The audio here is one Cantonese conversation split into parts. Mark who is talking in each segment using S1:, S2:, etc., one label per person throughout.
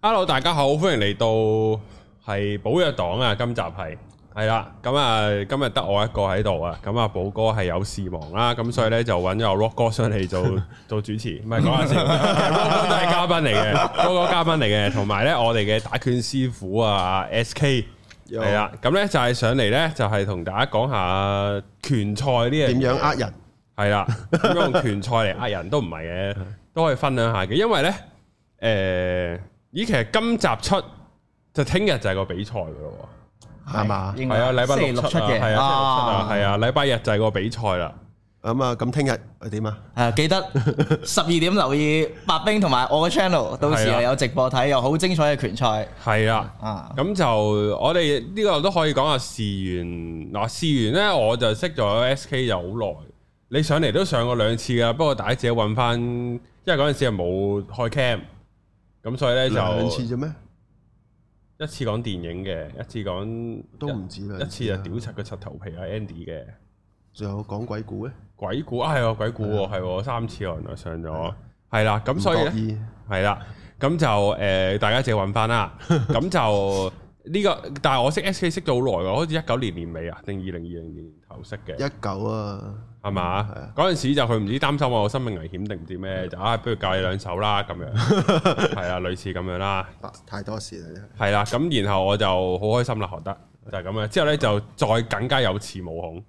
S1: Hello，大家好，歡迎嚟到係寶藥黨啊！今集係係啦，咁啊，今日得我一個喺度啊，咁啊，寶哥係有事忙啦，咁所以咧就揾咗阿 Rock 哥上嚟做 做主持，唔係講下先 ，Rock 哥都係嘉賓嚟嘅，Rock 哥嘉賓嚟嘅，同埋咧我哋嘅打拳師傅啊，SK 係啊啦，咁咧就係上嚟咧就係同大家講下拳賽呢樣嘢
S2: 點樣呃人？
S1: 係啦，咁用拳賽嚟呃人都唔 係嘅，都可以分享下嘅。因為呢，誒、呃咦，其實今集出就聽日就係個比賽噶咯
S2: 係嘛？
S1: 喎，
S3: 應該
S1: 係啊，禮拜
S3: 星期六
S1: 六
S3: 出嘅，
S1: 係啊，
S2: 啊
S1: 係啊，禮拜日就係個比賽啦。
S2: 咁啊，咁聽日係點啊？
S3: 係啊記得 十二點留意白冰同埋我嘅 channel，到時
S1: 係啊
S3: 又有直播睇，又好精彩嘅拳賽
S1: 係啦，
S3: 啊！
S1: 咁就我哋呢個都可以講下事源嗱，事源呢，我就識咗 SK 就好耐，你上嚟都上過兩次噶，不過大家自己揾翻，因為嗰陣時係冇開 cam，咁所以呢，就
S2: 兩次啫咩？
S1: 一次講電影嘅，一次講
S2: 都唔止
S1: 一
S2: 兩
S1: 一次就
S2: 次啊
S1: 屌柒個柒頭皮啊 Andy 嘅
S2: 仲有講鬼故咧，
S1: 鬼故啊，係喎鬼故喎，係喎三次喎原來上咗，係啦，咁所以
S2: 嗯啊唔覺
S1: 咧
S2: 意
S1: 係啦，咁就誒、呃大家自己揾翻啦， 咁就呢、個，但係我識 SK 識咗好耐㗎，好似一九年年尾啊，定二零二零年頭識嘅，
S2: 一九啊，
S1: 係嘛
S2: 係啊？
S1: 嗰陣時就佢唔知擔心我生命危險定唔知咩，就啊不如教你兩手啦咁 樣，係啊類似咁樣啦。
S2: 太多事啦，真係
S1: 係啦，咁然後我就好開心啦，學得就係咁樣。之後咧就再更加有恃無恐，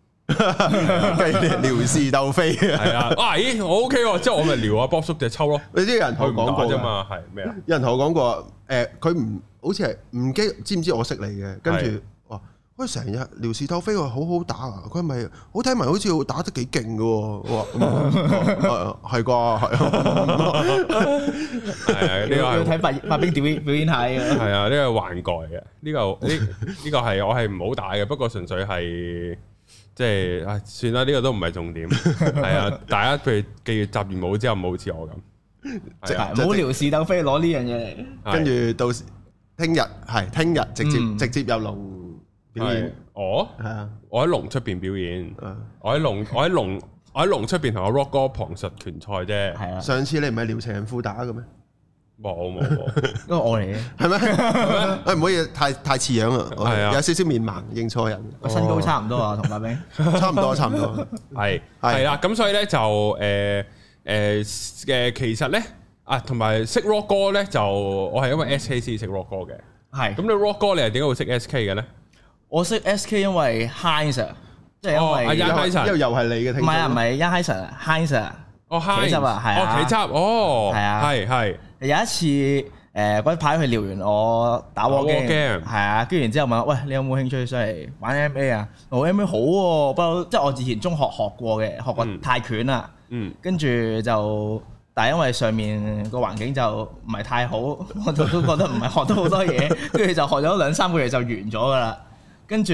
S2: 撩事鬥非啊！
S1: 係啦，哇咦，我 OK 喎，之後我咪撩阿 Bob 叔隻抽咯，
S2: 你知有人同
S1: 佢
S2: 我
S1: 唔
S2: 講
S1: 打
S2: 過
S1: 啫
S2: 㗎，
S1: 嘛，係咩 啊？
S2: 有人同我講過，誒，佢唔好似係唔記，知唔知我識你嘅？跟
S1: 係
S2: 住話。喂，成日撩事鬥非喎，好好打啊！佢係咪好睇埋好似打得幾勁嘅喎，我話嗯係啩， 係啊
S1: 係啊，呢
S3: 要要
S1: 個係
S3: 睇白白冰 表演表演下嘅，
S1: 係啊，呢個係幻蓋嘅，呢個呢呢個係我係唔好打嘅，不過純粹係。即係，唉，算啦，呢個都唔係重 點，係啊，大家譬如記住習完武之後，唔好好似我咁，
S2: 即
S3: 係
S2: 即
S3: 唔好撩事鬥非，攞呢樣嘢嚟。
S1: 係
S2: 跟住到時聽日係聽日直接
S3: 嗯
S2: 直接入龍表
S1: 係
S2: 演，
S1: 我，
S2: 係啊，
S1: 我喺龍出邊表演，
S2: 啊
S1: 我喺龍，我喺龍，我喺龍出邊同阿 Rock 哥旁述拳賽啫，
S3: 係啊啦，
S2: 啊上次你唔係撩情婦打嘅咩？
S1: 冇冇冇，
S3: 因為我嚟嘅，
S2: 係咩？ 哎誒唔可以太太似樣啊！我
S1: 係啊
S2: 有少少面盲，認錯 人，
S3: 我身高差唔多
S1: 哦
S3: 啊，同白冰。
S2: 差唔多差唔多。
S1: 係
S2: 係
S1: 係啦，咁所以咧就誒誒誒，其實咧啊，同埋識 Rock 哥咧就我係因為 SK 先識 Rock 哥嘅，咁
S3: 係，
S1: 你 Rock 哥你係點解會識 SK 嘅咧？
S3: 我識 SK 因為 High Sir，即係
S1: 哦
S3: 因
S1: 阿
S3: 為
S1: 欣
S2: 又
S1: Tyson
S2: 又又係你嘅聽眾
S3: 唔係啊，唔係 High Sir，High Sir。
S1: 哦，
S3: 企執啊係啊
S1: 哦，企執，哦，
S3: 係啊
S1: 係係
S3: 有一次誒嗰一排佢撩完我打
S1: 打
S3: war
S1: war game
S3: game，係啊，跟住然之後問我喂你有冇興趣上嚟玩 MMA 啊？我 MMA 好喎、不過即係我之前中學學過嘅，學過
S1: 嗯
S3: 泰拳啊，
S1: 嗯，
S3: 跟住就但係因為上面個環境就唔係太好， 我就都覺得唔係學到好多嘢，跟住就學咗兩三個月就完咗㗎啦。跟住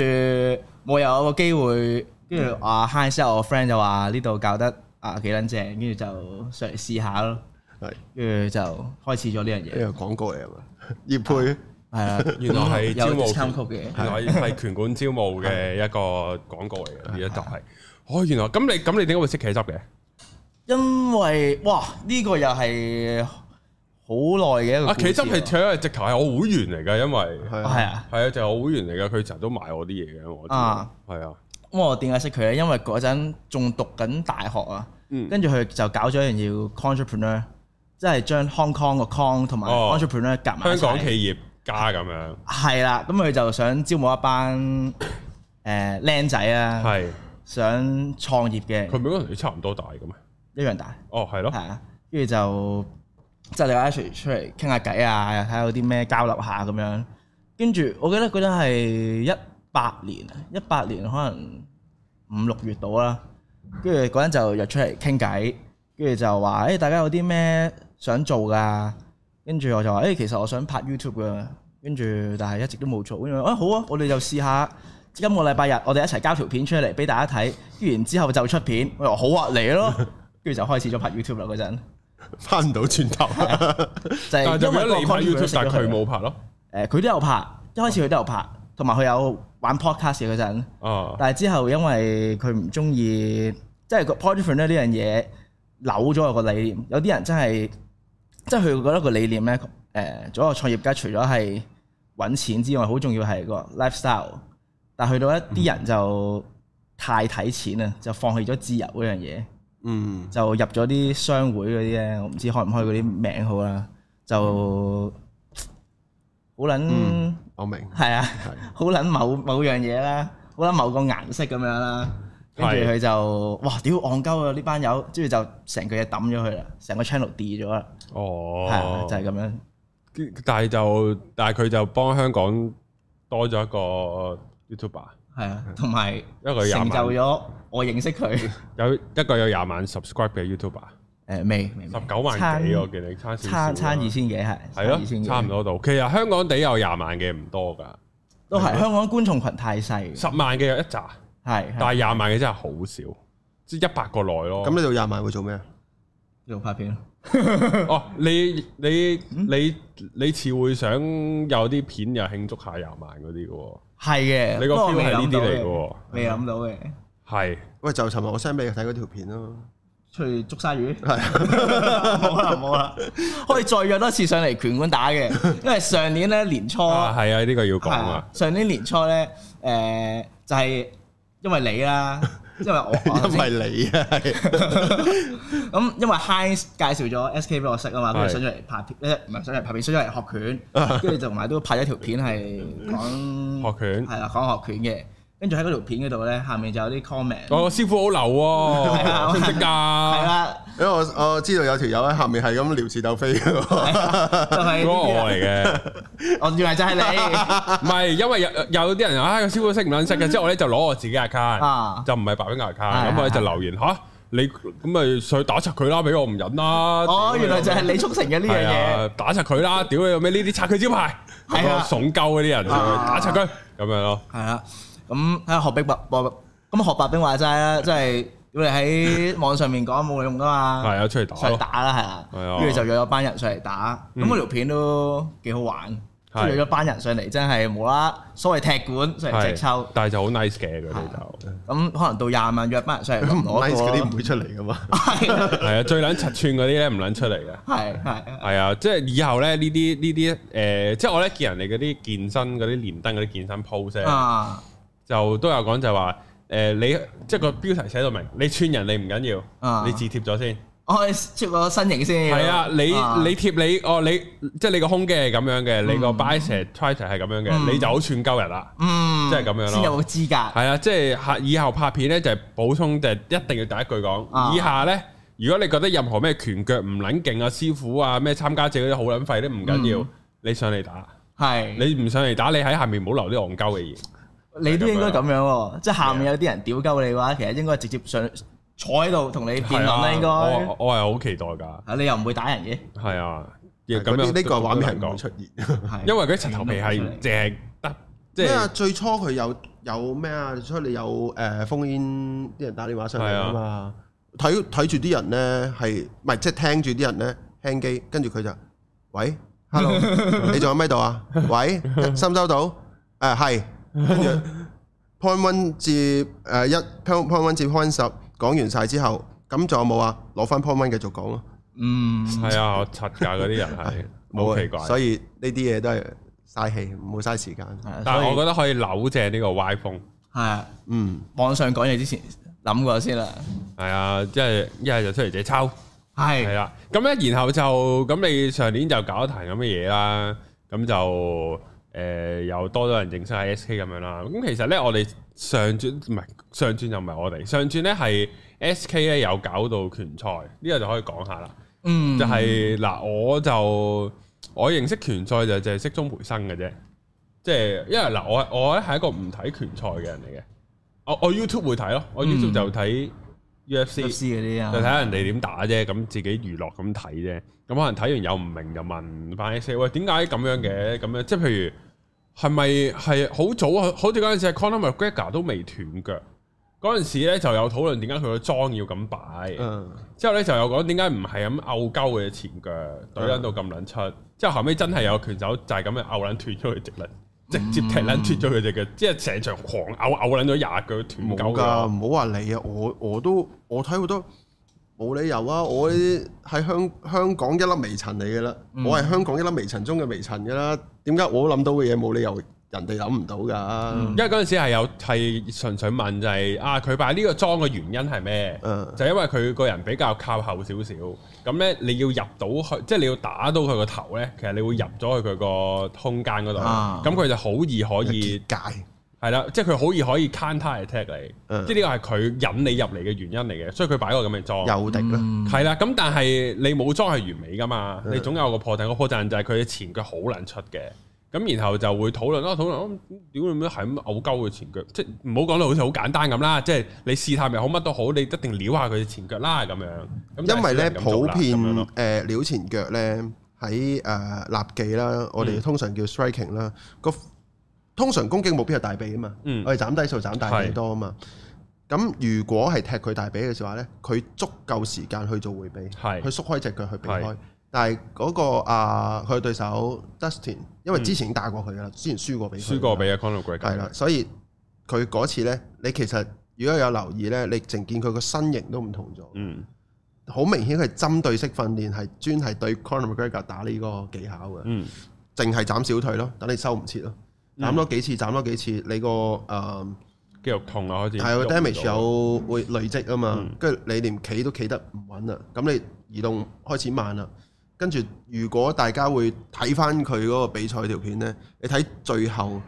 S3: 我有個機會，跟住啊 hi 之後我 friend 就話呢度教得啊幾撚正，跟住就上嚟試下咯。
S2: 係
S3: 跟住就開始咗呢樣嘢，
S2: 哎呢個廣告嚟啊係嘛？ 葉
S1: 啊
S2: 佩
S3: 係啦，
S1: 原來係招
S3: 嗯有
S1: 募
S3: 參曲嘅，
S1: 原來係拳館招募嘅一個廣告嚟嘅，而家就係，哦，原來咁你咁你點解會識企執嘅？
S3: 因為哇呢個又係好耐嘅一個
S1: 啊，
S3: 故事
S1: 企
S3: 喎
S1: 執係佢係直頭係我會員嚟嘅，因為。
S2: 係
S3: 係
S2: 啊，
S3: 啊，
S1: 係啊，就係我會員嚟噶，佢成日都買我啲嘢嘅，我知道
S3: 啊，
S1: 係啊，
S3: 咁我點解識佢咧？因為嗰陣仲讀緊大學啊，
S1: 嗯
S3: 跟住佢就搞咗一樣叫 entrepreneur，即係將 Hong Kong 個 con 同埋
S1: 哦
S3: entrepreneur 夾埋一齊
S1: 香港企業家咁樣，
S3: 係啦，咁佢就想招募一班誒僆仔啊，
S1: 係
S3: 想創業
S1: 佢
S3: 嘅
S1: 每個人都差唔多大嘅咩？
S3: 一樣大。
S1: 哦，係咯，
S3: 係啊，跟住就即係大家一齊出嚟傾下偈啊，睇下有啲咩交流下咁樣。跟住我記得嗰陣係一八年，啊一八年可能五六月到啦。跟住嗰陣就約出嚟傾偈，跟住就話：，誒、大家有啲咩想做㗎？跟住我就話：，誒、其實我想拍 YouTube 㗎。跟住但係一直都冇做。跟住我話啊好啊，我哋就試下。今個禮拜日我哋一齊交條片出嚟俾大家睇，跟住然之後就出片。我話好啊，嚟 咯！跟住就開始咗拍 YouTube 啦嗰陣，
S2: 翻唔到轉頭。
S3: 就
S1: 但係就
S3: 係因
S1: 變
S3: 為
S1: 咗你拍
S3: 嗰個 content 佢
S1: YouTube，
S3: 食咗
S1: 但係佢
S3: 佢
S1: 冇拍咯，
S3: 誒，佢都有拍，一開始佢都有拍，同埋佢有玩 podcast 嘅嗰陣，
S1: 啊，
S3: 但係之後因為佢唔中意，即係個 podcast 呢樣嘢扭咗個理念，有啲人真係即係佢覺得個理念咧誒做一個創業家，除咗係揾錢之外，好重要係個 lifestyle。但去到一啲人就太睇錢啊，就放棄咗自由嗰樣嘢。
S2: 嗯，
S3: 就入咗啲商會嗰啲咧，我唔知開唔開嗰啲名好啦，就好撚
S2: 我明。
S3: 係啊，好撚某某樣嘢啦，好撚某個顏色咁樣啦，跟住
S1: 係
S3: 佢就哇屌戇鳩啊呢班友，跟住就成句嘢抌咗佢啦，成個 channel d 咗啦，係啊
S1: 哦，
S3: 就係咁樣，
S1: 但係就但係佢就幫香港多咗一個 YouTuber，
S3: 係啊，同埋
S1: 一個廿
S3: 成就
S1: 萬
S3: 咗我認識佢，誒、
S1: 有一個有廿萬 subscribe 嘅 YouTuber，
S3: 未未未
S1: 十九萬幾我見你差少少
S3: 差
S1: 啊，
S3: 差二千幾係，
S1: 係
S3: 二千
S1: 咯，
S3: 幾
S1: 差唔多到。其實香港地有廿萬嘅唔多㗎，
S3: 都係香港觀眾群太細，
S1: 十萬嘅有一紮，
S3: 係
S1: 但
S3: 係
S1: 係廿萬嘅真係好少，即係一百個內咯。
S2: 咁你做廿萬會做咩啊？
S3: 做拍片咯。
S1: 哦，你你
S3: 嗯
S1: 你你似會想有啲片又慶祝下廿萬嗰啲嘅喎，
S3: 係嘅，
S1: 你個
S3: 不過
S1: feel
S3: 未
S1: 係呢
S3: 諗到
S1: 啲嚟嘅喎，
S3: 未諗到嘅，
S1: 係
S2: 喂，就尋日我 send 俾你睇嗰條片咯。
S3: 出去捉鯊魚， 冇
S1: 啊
S3: 啦冇啊啦，可以再約多次上嚟拳館打嘅，因為上年咧年初，
S1: 啊係啊，呢個要講
S3: 哦係啊
S1: 啊，
S3: 上年年初咧，誒就係因為 你啦，因為我我
S2: 因為你啊，係
S3: 咁因為 High 介紹咗 SK 俾我識啊嘛，跟
S1: 係啊
S3: 住想出嚟拍片，誒唔係想出嚟拍片，想出嚟學拳，跟住就同埋都拍咗條片係講
S1: 學拳
S3: 係啦，講學拳嘅，跟住喺嗰條片嗰度咧，下面就有啲 comment，
S1: 我哦師傅好流
S3: 係啊
S1: 喎，識唔識㗎？
S3: 係啊
S1: 係，
S3: 啦。
S2: 因為我我知道有條友喺下面係咁撩事鬥 非嘅喎。
S3: 就係啊
S1: 嗰個
S3: 呢啲
S1: 我
S3: 啦
S1: 嚟嘅，
S3: 我以為就係 你
S1: 唔係因為有有啲人啊個師傅識唔撚識嘅，之後我咧就攞我自己 account，
S3: 嗯啊，
S1: 就唔係白冰 account，
S3: 係
S1: 咁我咧就留言吓你咁咪上去打柒佢啦，俾我唔忍啦。
S3: 哦，原來就係你促成嘅呢
S1: 係
S3: 樣嘢，
S1: 啊，打柒佢啦！屌你有咩呢啲拆佢招牌，
S3: 係啊
S1: 咁我慫鳩嗰啲人，打柒佢咁樣咯。
S3: 係啊，咁喺學冰白博，咁學白冰話齋啦，即係如果你喺網上面講冇用噶嘛，
S1: 係啊，出去打
S3: 上去
S1: 咯。
S3: 打啦，係啊
S1: 係啊，嗯
S3: 跟住就約咗班人上嚟打，咁嗰條片都幾好玩，即係
S1: 係
S3: 約咗班人上嚟，真係無啦啦所謂踢館上嚟
S1: 係
S3: 直抽，啊
S1: 但係就好 nice 嘅佢哋就
S3: 咁可能到廿萬約班人上嚟
S2: 咁
S3: 攞
S2: 唔 nice 嗰啲唔
S3: 個，
S2: 會出嚟噶嘛。
S3: 係
S1: 係啊，最撚拆穿嗰啲咧唔撚出嚟嘅。
S3: 係係
S1: 係啊，即係以後咧呢啲呢啲誒，即係我咧見人哋嗰啲健身嗰啲連登嗰啲健身 pose 呢
S3: 啊
S1: 就都有講就話誒你即係個標題寫到明，你串人你唔緊
S3: 啊
S1: 要，你字貼咗先。
S3: 我哋出個身形先，
S1: 係啊，你你貼你哦你即係你個胸肌係咁樣嘅，你個 bicep tricep 係咁樣嘅，你就好串鳩人啦。
S3: 嗯，
S1: 即係咁樣咯
S3: 先有個資格。
S1: 係啊，即係下以後拍片咧，就係補充，就係一定要第一句講。
S3: 啊
S1: 以下咧，如果你覺得任何咩拳腳唔撚勁啊、師傅啊、咩參加者嗰啲好撚廢都唔緊
S2: 嗯
S1: 要，你上嚟打，
S3: 係，
S1: 你唔上嚟打，你喺下面唔好留啲戇鳩嘅嘢。
S3: 你都應該咁樣喎，即係下面有啲人屌鳩你嘅話，其實應該直接上坐喺度同你辯
S1: 係
S3: 論啦，
S1: 啊
S3: 應該。
S1: 我我係好期待㗎，
S3: 啊，你又唔會打 人嘅，
S1: 係啊，要咁
S2: 嗰
S1: 樣
S2: 啲呢個畫面係唔會
S1: 講，
S2: 出現。
S3: 係
S1: 因為佢啲柒頭皮係淨係得即
S2: 咩啊？
S1: 係
S2: 最初佢有有咩啊？出嚟有誒封煙啲人打電話上嚟啊嘛。睇睇住啲人咧係，唔係即係聽住啲人咧輕機，跟住佢就喂，hello，你仲喺咪度啊？喂，收唔收到？誒係，跟住 point one 至誒一 point point one 至 point 十講完晒之後，咁仲有冇啊？攞翻 point one 繼續講咯，
S3: 嗯，
S1: 係啊，柒㗎嗰啲人 係好奇怪。
S2: 啊所以呢啲嘢都係嘥氣，唔好嘥時間。
S1: 但係我
S3: 覺
S1: 覺得可以扭正呢個歪風。
S3: 係啊
S2: 嗯，
S3: 網上講嘢之前諗過先啦，
S1: 係啊，即係一係就出嚟自己抄。係啊
S3: 係
S1: 啦，咁咧然後就咁你上年就搞一壇咁嘅嘢啦，咁就誒又多咗人認識下 SK 咁樣啦。咁其實咧，我哋上轉唔係上轉就唔係我哋，上轉咧係 SK 咧有搞到拳賽，呢個就可以講下啦。
S3: 嗯，
S1: 就係嗱，我就我認識拳賽就淨係識鍾培生嘅啫，即係因為嗱，我我咧係一個唔睇拳賽嘅人嚟嘅，我我 YouTube 會睇咯，我 YouTube
S3: 嗯
S1: 就睇 UFC。
S3: UFC 嗰啲啊，
S1: 就睇下人哋點打啫，咁自己娛樂咁睇啫。咁可能睇完有唔明就問翻 S 喂，點解咁樣嘅？咁樣即係譬如係咪係好早啊？好似嗰陣時係 Conor McGregor 都未斷腳，嗰陣時咧就有討論點解佢個裝要咁擺。
S2: 嗯，
S1: 之後咧就有講點解唔係咁拗鳩佢嘅前腳，懟
S2: 嗯
S1: 撚到咁撚出。之後後尾真係有拳手就係咁樣拗撚斷咗佢隻腳，直接踢
S2: 嗯
S1: 撚斷咗佢隻腳，即係成場狂拗拗撚咗廿腳斷
S2: 冇
S1: 鳩
S2: 噶，
S1: 佢。
S2: 唔好話你啊！我我都我睇好多冇理由啊！我呢啲喺香香港一粒微塵嚟嘅啦，
S3: 嗯
S2: 我係香港一粒微塵中嘅微塵嘅啦。點解我諗到嘅嘢冇理由人哋諗唔到㗎？
S1: 因為嗰陣時係有係純粹問就係、啊，佢擺呢個裝嘅原因係咩？
S2: 誒
S1: 就因為佢個人比較靠後少少，咁咧你要入到去，即係你要打到佢個頭咧，其實你會入咗去佢個空間嗰度，
S3: 啊
S1: 咁佢、就好易可以
S2: 結界
S1: 係啦，即係佢好易可以 counter attack 你，
S2: 嗯
S1: 即係呢個係佢引你入嚟嘅原因嚟嘅，所以佢擺個咁嘅裝。
S2: 又敵啦，
S3: 嗯
S1: 係啦，咁但係你冇裝係完美噶嘛，
S2: 嗯
S1: 你總有個破綻，個破綻就係佢嘅前腳好難出嘅。咁然後就會討論咯，討論哦屌你咩係咁嘔鳩佢前腳，即係唔好講到好似好簡單咁啦，即係你試探又好乜都好，你一定撩下佢嘅前腳啦咁樣。咁
S2: 因為咧
S1: 就係咁
S2: 普
S1: 做啦
S2: 遍
S1: 咁樣咯
S2: 誒撩前腳咧喺誒立技啦，我哋
S1: 嗯
S2: 通常叫 striking 啦，個通常攻擊目標係大髀啊嘛，
S1: 嗯
S2: 我哋斬低數斬大髀
S1: 係
S2: 多啊嘛。咁如果係踢佢大髀嘅話咧，佢足夠時間去做迴避，
S1: 係
S2: 佢縮開只腳去避
S1: 係
S2: 開。但係嗰個啊，佢對手 Dustin，因為之前已經打過佢噶啦，之前輸過俾佢，
S1: 嗯輸過俾阿 Conor Greg
S2: 係啦，所以佢嗰次咧，你其實如果有留意咧，你淨見佢個身形都唔同咗。
S1: 嗯
S2: 好明顯佢係針對式訓練，係專係對 Conor McGregor 打呢個技巧嘅，
S1: 嗯
S2: 淨係斬小腿咯，等你收唔切咯，
S1: 嗯
S2: 斬多幾次，斬多幾次，你個誒
S1: 肌肉痛啊，開始
S2: 係
S1: 喐唔
S2: 個
S1: 到
S2: damage 有會累積啊嘛
S1: 嗯，
S2: 跟住你連企都企得唔穩啦，咁你移動開始慢啦，跟住如果大家會睇翻佢嗰個比賽條片呢，你睇最後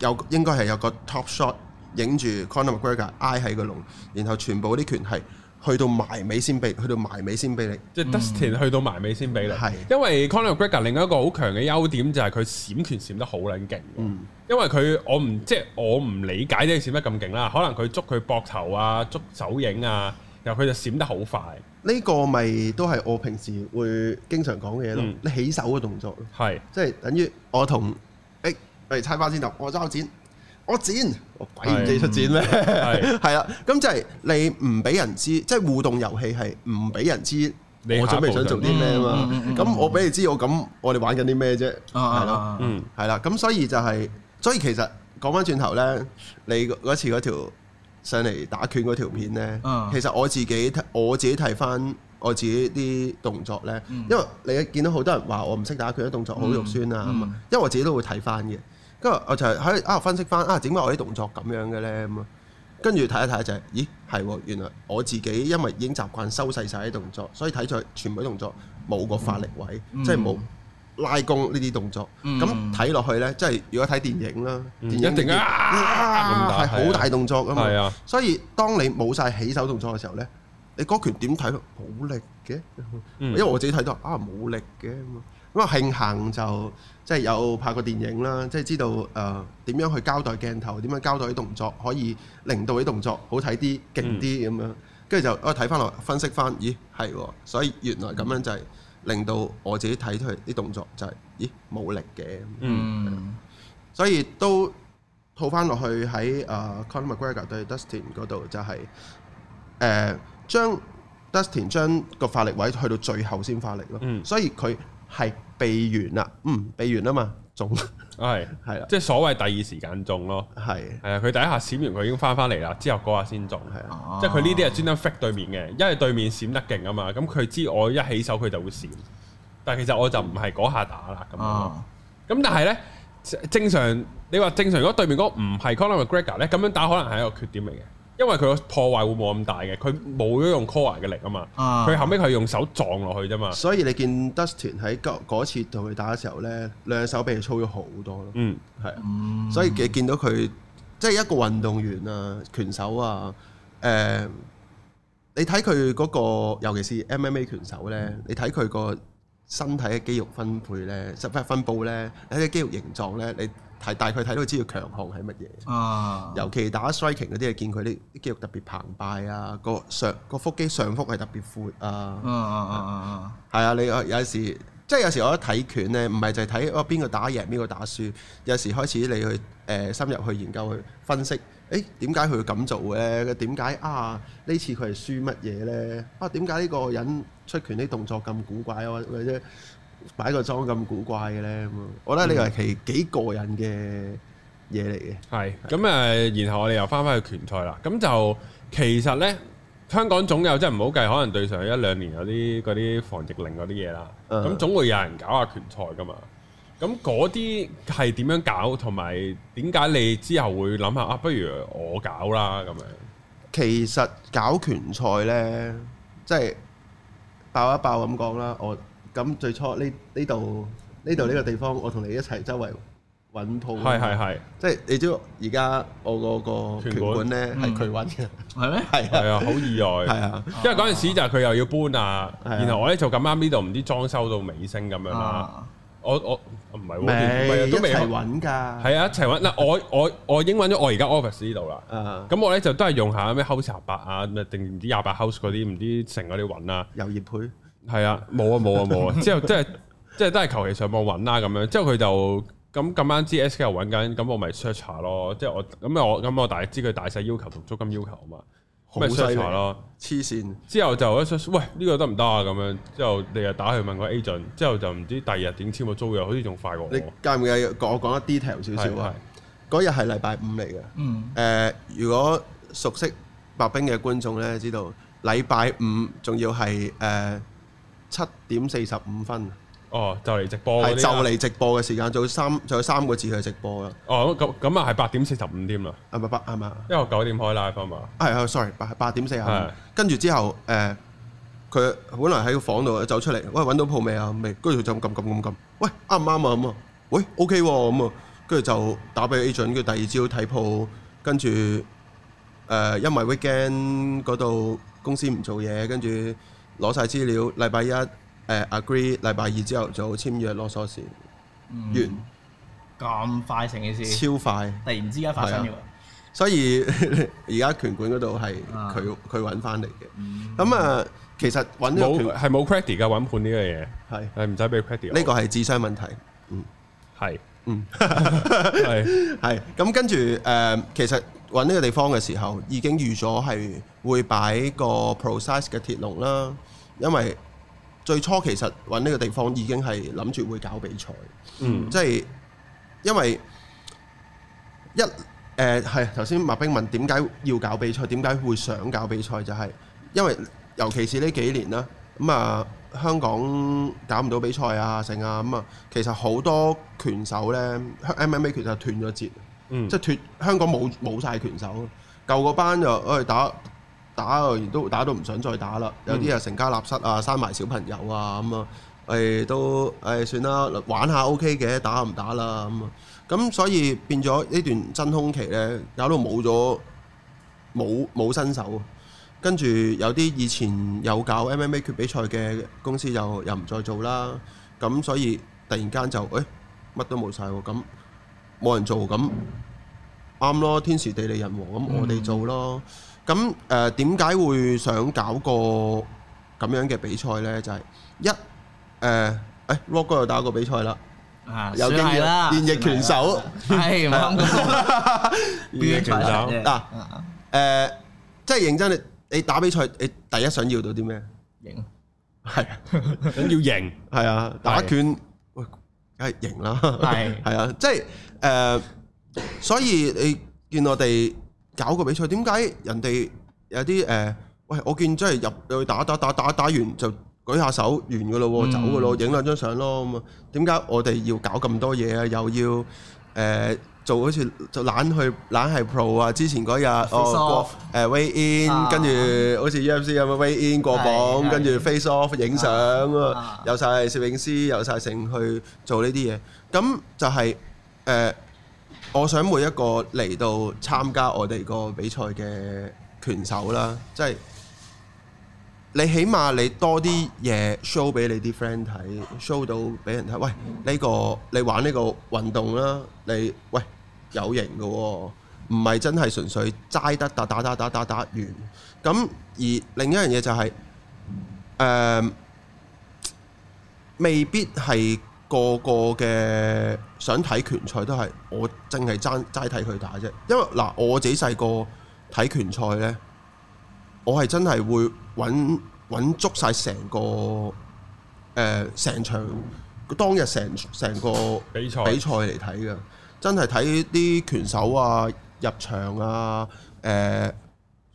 S2: 有應該係有個 top shot 影住 Conor McGregor 挨喺個籠，然後全部啲拳係去到埋尾先俾，去到埋尾先俾你。
S1: 即係 Dustin 去到埋尾先俾你
S2: 係，
S1: 因為 Conor McGregor 另一個好強嘅優點就係佢閃拳閃得好撚勁嘅，
S2: 嗯
S1: 因為佢我唔即係我唔理解點解閃得咁勁啦，可能佢捉佢膊頭啊、捉手影啊，然後佢就閃得好快，
S2: 呢個咪都係我平時會經常講嘅嘢咯，
S1: 嗯
S2: 你起手嘅動作咯，
S1: 係
S2: 即係等於我同誒嚟猜花剪揼，我揸剪，我剪，我鬼唔知出剪咩？
S3: 嗯
S1: 係
S2: 係啦，咁就係你唔俾人知，即係互動遊戲係唔俾人知
S1: 你
S2: 我
S1: 下
S2: 準
S1: 一步
S2: 備想做啲咩啊嘛
S3: 嗯嗯嗯嗯。
S2: 咁我俾你知我咁，我哋玩緊啲咩啫？
S3: 啊
S2: 係咯，
S3: 啊
S1: 嗯
S2: 係啦。咁所以就係，所以其實講翻轉頭呢，你嗰次嗰條上嚟打拳嗰條片呢
S3: 嗯，
S2: 其實我自己睇我自己睇翻我自己啲動作呢，
S3: 嗯
S2: 因為你見到好多人話我唔識打拳啲動作好肉酸啊
S3: 嗯
S2: 咁啊因為我自己都會睇翻嘅。跟住我就係喺啊分析翻啊點解我啲動作咁樣嘅呢？咁啊。跟住睇一睇就係、咦係喎，原來我自己因為已經習慣收細晒啲動作，所以睇咗全部啲動作冇個發力位，
S3: 嗯
S2: 即係冇拉弓呢啲動作。
S3: 嗯
S2: 咁睇落去呢，即係如果睇電影啦，
S1: 嗯
S2: 電影
S1: 一定啊咁打
S2: 啊係好大動作噶嘛
S1: 係。啊，
S2: 所以當你冇晒起手動作嘅時候呢，你嗰拳點睇冇力嘅，
S1: 嗯
S2: 因為我自己睇到啊冇力嘅咁啊咁啊慶幸就即係有拍過電影啦，即係知道呃誒點、樣去交代鏡頭，點樣交代啲動作，可以令到啲動作好睇啲、勁啲咁樣。跟住就我睇翻落分析翻，咦係喎，所以原來咁樣就係令到我自己睇佢啲動作就係、咦冇力嘅。
S1: 嗯
S3: 嗯
S2: 所以都套翻落去喺誒 Conor McGregor 對 Dustin 嗰度就係、誒將 Dustin 將個發力位去到最後先發力咯，
S1: 嗯
S2: 所以佢係避完啦，嗯，避完啊嘛，中
S1: 係
S2: 係啦，
S1: 即係所謂第二時間中咯，
S2: 係
S1: 係啊，佢第一下閃完佢已經翻翻嚟啦，之後嗰下先中，
S2: 係啊，
S3: 哦
S1: 即係佢呢啲係專登 fake 對面嘅，因為對面閃得勁啊嘛，咁佢知我一起手佢就會閃，但係其實我就唔係嗰下打啦咁樣咯。
S3: 啊
S1: 咁但係咧，正常你話正常，如果對面嗰個唔係 Conor McGregor 咧，咁樣打可能係一個缺點嚟嘅，因為佢個破壞會冇咁大嘅，佢冇咗用 core 嘅力啊嘛，
S3: 啊
S1: 佢、後尾佢係用手撞落去啫嘛，
S2: 所以你見 Dustin 喺嗰嗰次同佢打嘅時候咧，兩隻手臂係粗咗好多咯，
S1: 嗯，
S2: 係啊。
S3: 嗯
S2: 所以你見到佢即係一個運動員啊、拳手啊，誒、你睇佢嗰個，尤其是 MMA 拳手
S3: 嗯
S2: 呢，你睇佢個身體嘅肌肉分配呢，十分分佈呢，睇啲肌肉形狀呢，你睇大概睇到知道強項係乜嘢。
S3: 啊
S2: 尤其打 striking 嗰啲，你見佢啲啲肌肉特別澎湃啊，個上個腹肌上腹係特別闊啊。
S3: 啊啊啊啊
S2: 係啊，你有有時即係有時我覺得睇拳咧，唔係就係睇哦邊個打贏邊個打輸，有時開始你去誒、呃深入去研究去分析，誒點解佢會咁做嘅？點解啊呢次佢係輸乜嘢咧？啊點解呢個人出拳啲動作咁古怪啊，或或者擺個裝咁古怪嘅咧？咁啊我覺得呢個係其幾個人嘅嘢嚟嘅。
S1: 呃係。咁誒，然後我哋又翻返去拳賽啦，咁就其實咧，香港總有即係唔好計，可能對上一兩年有啲嗰啲防疫令嗰啲嘢啦，
S2: 嗯
S1: 咁、總會有人搞下拳賽噶嘛。咁嗰啲係點樣搞，同埋點解你之後會諗下啊？不如我搞啦咁樣。
S2: 其實搞拳賽呢，即係爆一爆咁講啦。我咁最初呢呢度呢度呢個地方，我同你一齊周圍揾鋪。
S1: 係係係
S2: 即係啊你知道而家我嗰個
S1: 拳
S2: 拳
S1: 館
S2: 館呢，
S1: 嗯
S2: 係佢揾嘅，
S3: 嗯係咩？
S2: 係
S1: 係
S2: 啊
S1: 啊，好意
S2: 係
S1: 外。
S2: 啊，
S1: 因為嗰陣時就係佢又要搬啊，
S2: 係啊
S1: 然後我咧就咁啱呢度唔知裝修到尾聲咁樣啦。
S3: 啊，
S1: 我我唔係喎，唔係
S2: 咪
S1: 啊
S2: 一
S1: 都未
S2: 齊揾㗎。
S1: 係啊，一齊揾嗱，我我我已經揾咗我而家 office 呢度啦。
S2: 啊，
S1: 咁我咧就都係用下咩 house 廿八啊，咩定唔知廿八 house 嗰啲唔知成嗰啲啊揾啦。
S2: 油葉配
S1: 係啊，冇啊冇啊冇 啊！之後即係即係都係求其上網揾啦咁樣。之後佢就咁咁啱知 S K 又揾緊，咁我咪 search 下咯。即係我咁我咁我大知佢大細要求同租金要求啊嘛，咁咪
S2: 好犀
S1: search
S2: 利
S1: 下咯。
S2: 黐線，
S1: 之後就一 search，喂呢、個得唔得啊？咁樣之後你又打去問個 agent，之後就唔知第二日點簽個租約，好似仲快過我。
S2: 你介唔介意講我講一 detail 少
S1: 係
S2: 少啊
S1: 係？
S2: 嗰日係禮拜五嚟嘅。
S3: 嗯，
S2: 誒、呃如果熟悉白冰嘅觀眾咧，知道禮拜五仲要係誒七點四十五分，
S1: 哦，就嚟直播嗰
S2: 係
S1: 啲
S2: 就
S1: 啊
S2: 嚟直播嘅時間，仲有三仲有三個字去直播啦，
S1: 哦，咁咁啊係八點四十五添啦，
S2: 係咪八係咪啊？
S1: 因為我九點開 live 啊嘛。
S2: 係係，sorry，八八點四
S1: 係
S2: 啊。跟住之後誒，呃佢、本來喺個房度走出嚟，喂揾到鋪未啊？未，跟住就撳撳撳撳撳，喂啱唔啱啊？咁啊，喂 OK 喎咁啊，跟住就打俾 agent，跟住第二朝睇鋪，跟住誒、呃因為 weekend 嗰度公司唔做嘢，跟住攞晒資料，禮拜一誒、呃 agree，禮拜二朝頭早簽約攞鎖匙，
S3: 嗯
S2: 完
S3: 咁快成件事，
S2: 超快，
S3: 突然之間發生
S2: 係
S3: 咗，
S2: 所以 而家拳館嗰度係
S3: 啊
S2: 佢佢揾翻嚟嘅，咁啊、其實揾呢個
S1: 冇
S2: 拳
S1: 係冇 credit 噶揾盤呢樣
S2: 係。
S1: 嘢，係唔使俾 credit 我。
S2: 呢個係智商問題。
S1: 係
S2: 嗯，
S1: 係
S2: 係咁跟住誒、呃其實揾呢個地方嘅時候已經預咗係會擺個 process 嘅鐵籠啦，因為最初其實揾呢個地方已經係諗住會搞比賽，
S1: 嗯
S2: 即係因為一誒係頭先麥冰問點解要搞比賽，點解會想搞比賽就係、因為尤其是呢幾年啦，咁啊香港搞唔到比賽啊，成啊咁啊，其實好多拳手呢香 MMA 拳手斷咗節，
S1: 嗯
S2: 即係斷香港冇冇曬拳手，舊個班就誒、哎打打完都打到唔想再打啦，有啲啊成家立室啊，生埋小朋友啊咁啊，誒、都誒、算啦，玩下 OK 嘅，打唔打啦咁啊，咁所以變咗呢段真空期呢，搞到冇咗冇冇新手啊。跟住有啲以前有搞 MMA 決比賽嘅公司又又唔再做啦，咁所以突然間就誒乜、都冇晒喎，咁冇人做咁啱咯，天時地利人和咁我哋做咯。咁誒點解會想搞個咁樣嘅比賽呢？就係、一誒呃誒 r o 哥又打過比賽啦，
S3: 啊，
S2: 有經
S3: 算係啦，
S2: 驗現役拳手啊
S3: 係唔啱講，
S1: 現役拳手
S3: 標準
S2: 嗱
S3: 啊
S2: 誒、呃即係認真你你打比賽，你第一想要到啲咩？
S3: 型
S2: 係啊。
S1: 咁要贏
S2: 係啊，打拳喂，梗係型啦，
S3: 係
S2: 係啊，即係誒、呃所以你見我哋搞個比賽，點解人哋有啲誒、呃喂，我見真係入去打打打打打完就舉下手完噶咯喎，
S3: 嗯
S2: 走噶咯，影兩張相咯咁啊？點解我哋要搞咁多嘢啊？又要誒、呃做好似就懶去懶係 pro 啊！之前嗰日
S3: Face
S2: 哦
S3: off
S2: 過誒 weigh in，
S3: 啊
S2: 跟住好似 UFC 咁樣 weigh in 過磅，
S3: 係係
S2: 跟住 face off 影相咁啊
S3: 啊
S2: 有晒攝影師，有晒成去做呢啲嘢。咁就係、呃我想每一個嚟到參加我哋個比賽嘅拳手啦，即係你起碼你多啲嘢 show 俾你啲 friend 睇，show 到俾人睇。喂，呢、個你玩呢個運動啦，你喂有型嘅喎、唔係真係純粹齋得打打打打打打完。咁而另一樣嘢就係、誒呃未必係個個嘅想睇拳賽都係我淨係爭齋睇佢打啫。因為嗱，我自己細個睇拳賽呢，我係真係會揾揾足晒成個誒成、場當日成成個
S1: 比賽
S2: 比賽嚟睇嘅，真係睇啲拳手啊入場啊誒。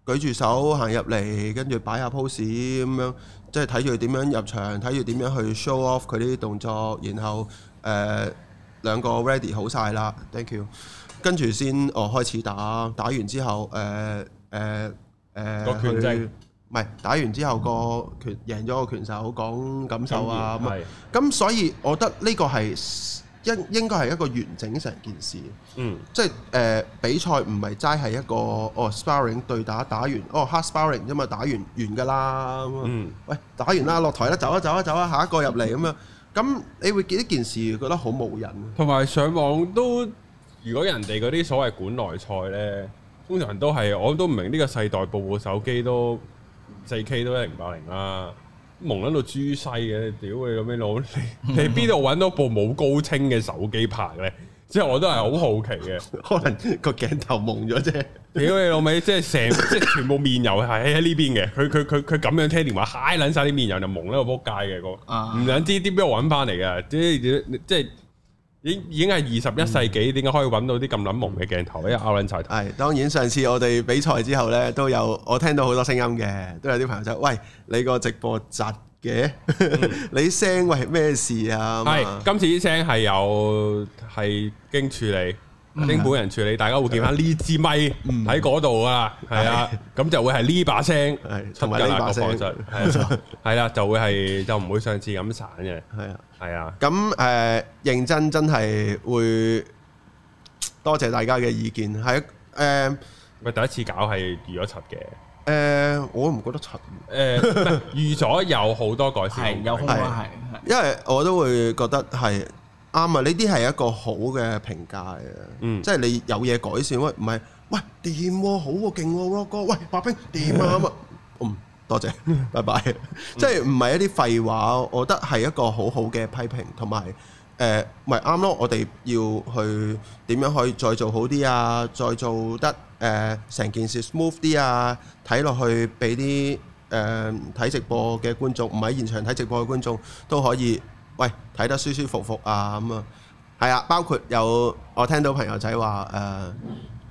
S2: 舉住手行入嚟，跟住擺下 pose 咁樣，即係睇住佢點樣入場，睇住點樣去 show off 佢啲動作，然後誒、呃、兩個 ready 好晒啦，thank you，跟住先哦開始打，打完之後誒誒誒
S1: 個拳擊
S2: 去唔係打完之後個拳贏咗個拳手講感受啊咁啊
S1: 係
S2: 咁所以我覺得呢個係 s- 應應該係一個完整成件事，
S1: 嗯
S2: 即係誒、呃比賽唔係齋係一個哦 sparring 對打打完哦 hard sparring 啫嘛，打完完㗎啦咁啊
S1: 嗯
S2: 喂打完啦落台啦走啊走啊走啊下一個入嚟咁樣，咁你會見呢件事覺得好冇癮，啊
S1: 同埋上網都，如果人哋嗰啲所謂館內賽呢，通常都係我都唔明呢個世代部部手機都四 K 都一零八零啦，蒙撚到豬西嘅，屌你老味佬，你你邊度揾到部冇高清嘅手機拍呢？即係我都係好好奇嘅，
S2: 可能個鏡頭蒙咗啫。
S1: 屌你老味，即係成即係全部面油係喺呢邊嘅，佢佢佢佢咁樣聽電話，嗨撚晒啲面油就蒙撚個仆街嘅個，
S3: 啊
S1: 唔撚知啲邊度揾翻嚟嘅，即係即係已經已經係二十一世
S2: 嗯
S1: 紀，點解可以揾到啲咁撚蒙嘅鏡頭咧？哎拗撚晒頭，
S2: 係，當然上次我哋比賽之後呢，都有我聽到好多聲音嘅，都有啲朋友就喂你個直播窒嘅， 你聲喂咩事啊？咁啊
S1: 係今次啲聲係有係經處理。
S2: 嗯
S1: 經本人處理，大家會見翻呢支咪喺嗰度啊，係啊，咁就會係呢把聲
S2: 係
S1: 出
S2: 同埋
S1: 㗎
S2: 呢
S1: 啦
S2: 把
S1: 個
S2: 聲
S1: 放出，係啊係啦，就會係就唔會上次咁散嘅，
S2: 係啊，
S1: 係啊。
S2: 咁誒、呃、認真真係會多謝大家嘅意見，係呃誒
S1: 喂，第一次搞係預咗柒嘅，誒、
S2: 誒，呃我唔覺得柒，
S1: 呃唔係預咗有好多改善
S3: 係
S1: 空間，
S3: 有空啊，係係
S2: 因為我都會覺得係啱啊！呢啲係一個好嘅評價嘅，
S1: 嗯
S2: 即係你有嘢改善，喂唔係喂掂喎、好喎、勁喎、Rock 哥，喂白冰掂啊咁啊，嗯多謝， 拜拜，即係唔係一啲廢話，我覺得係一個好好嘅批評，同埋誒咪啱咯，我哋要去點樣可以再做好啲啊，再做得誒成、件事 smooth 啲啊，睇落去俾啲誒睇直播嘅觀眾，唔喺現場睇直播嘅觀眾都可以喂睇得舒舒服服啊咁啊，係啊，包括有我聽到朋友仔話誒、呃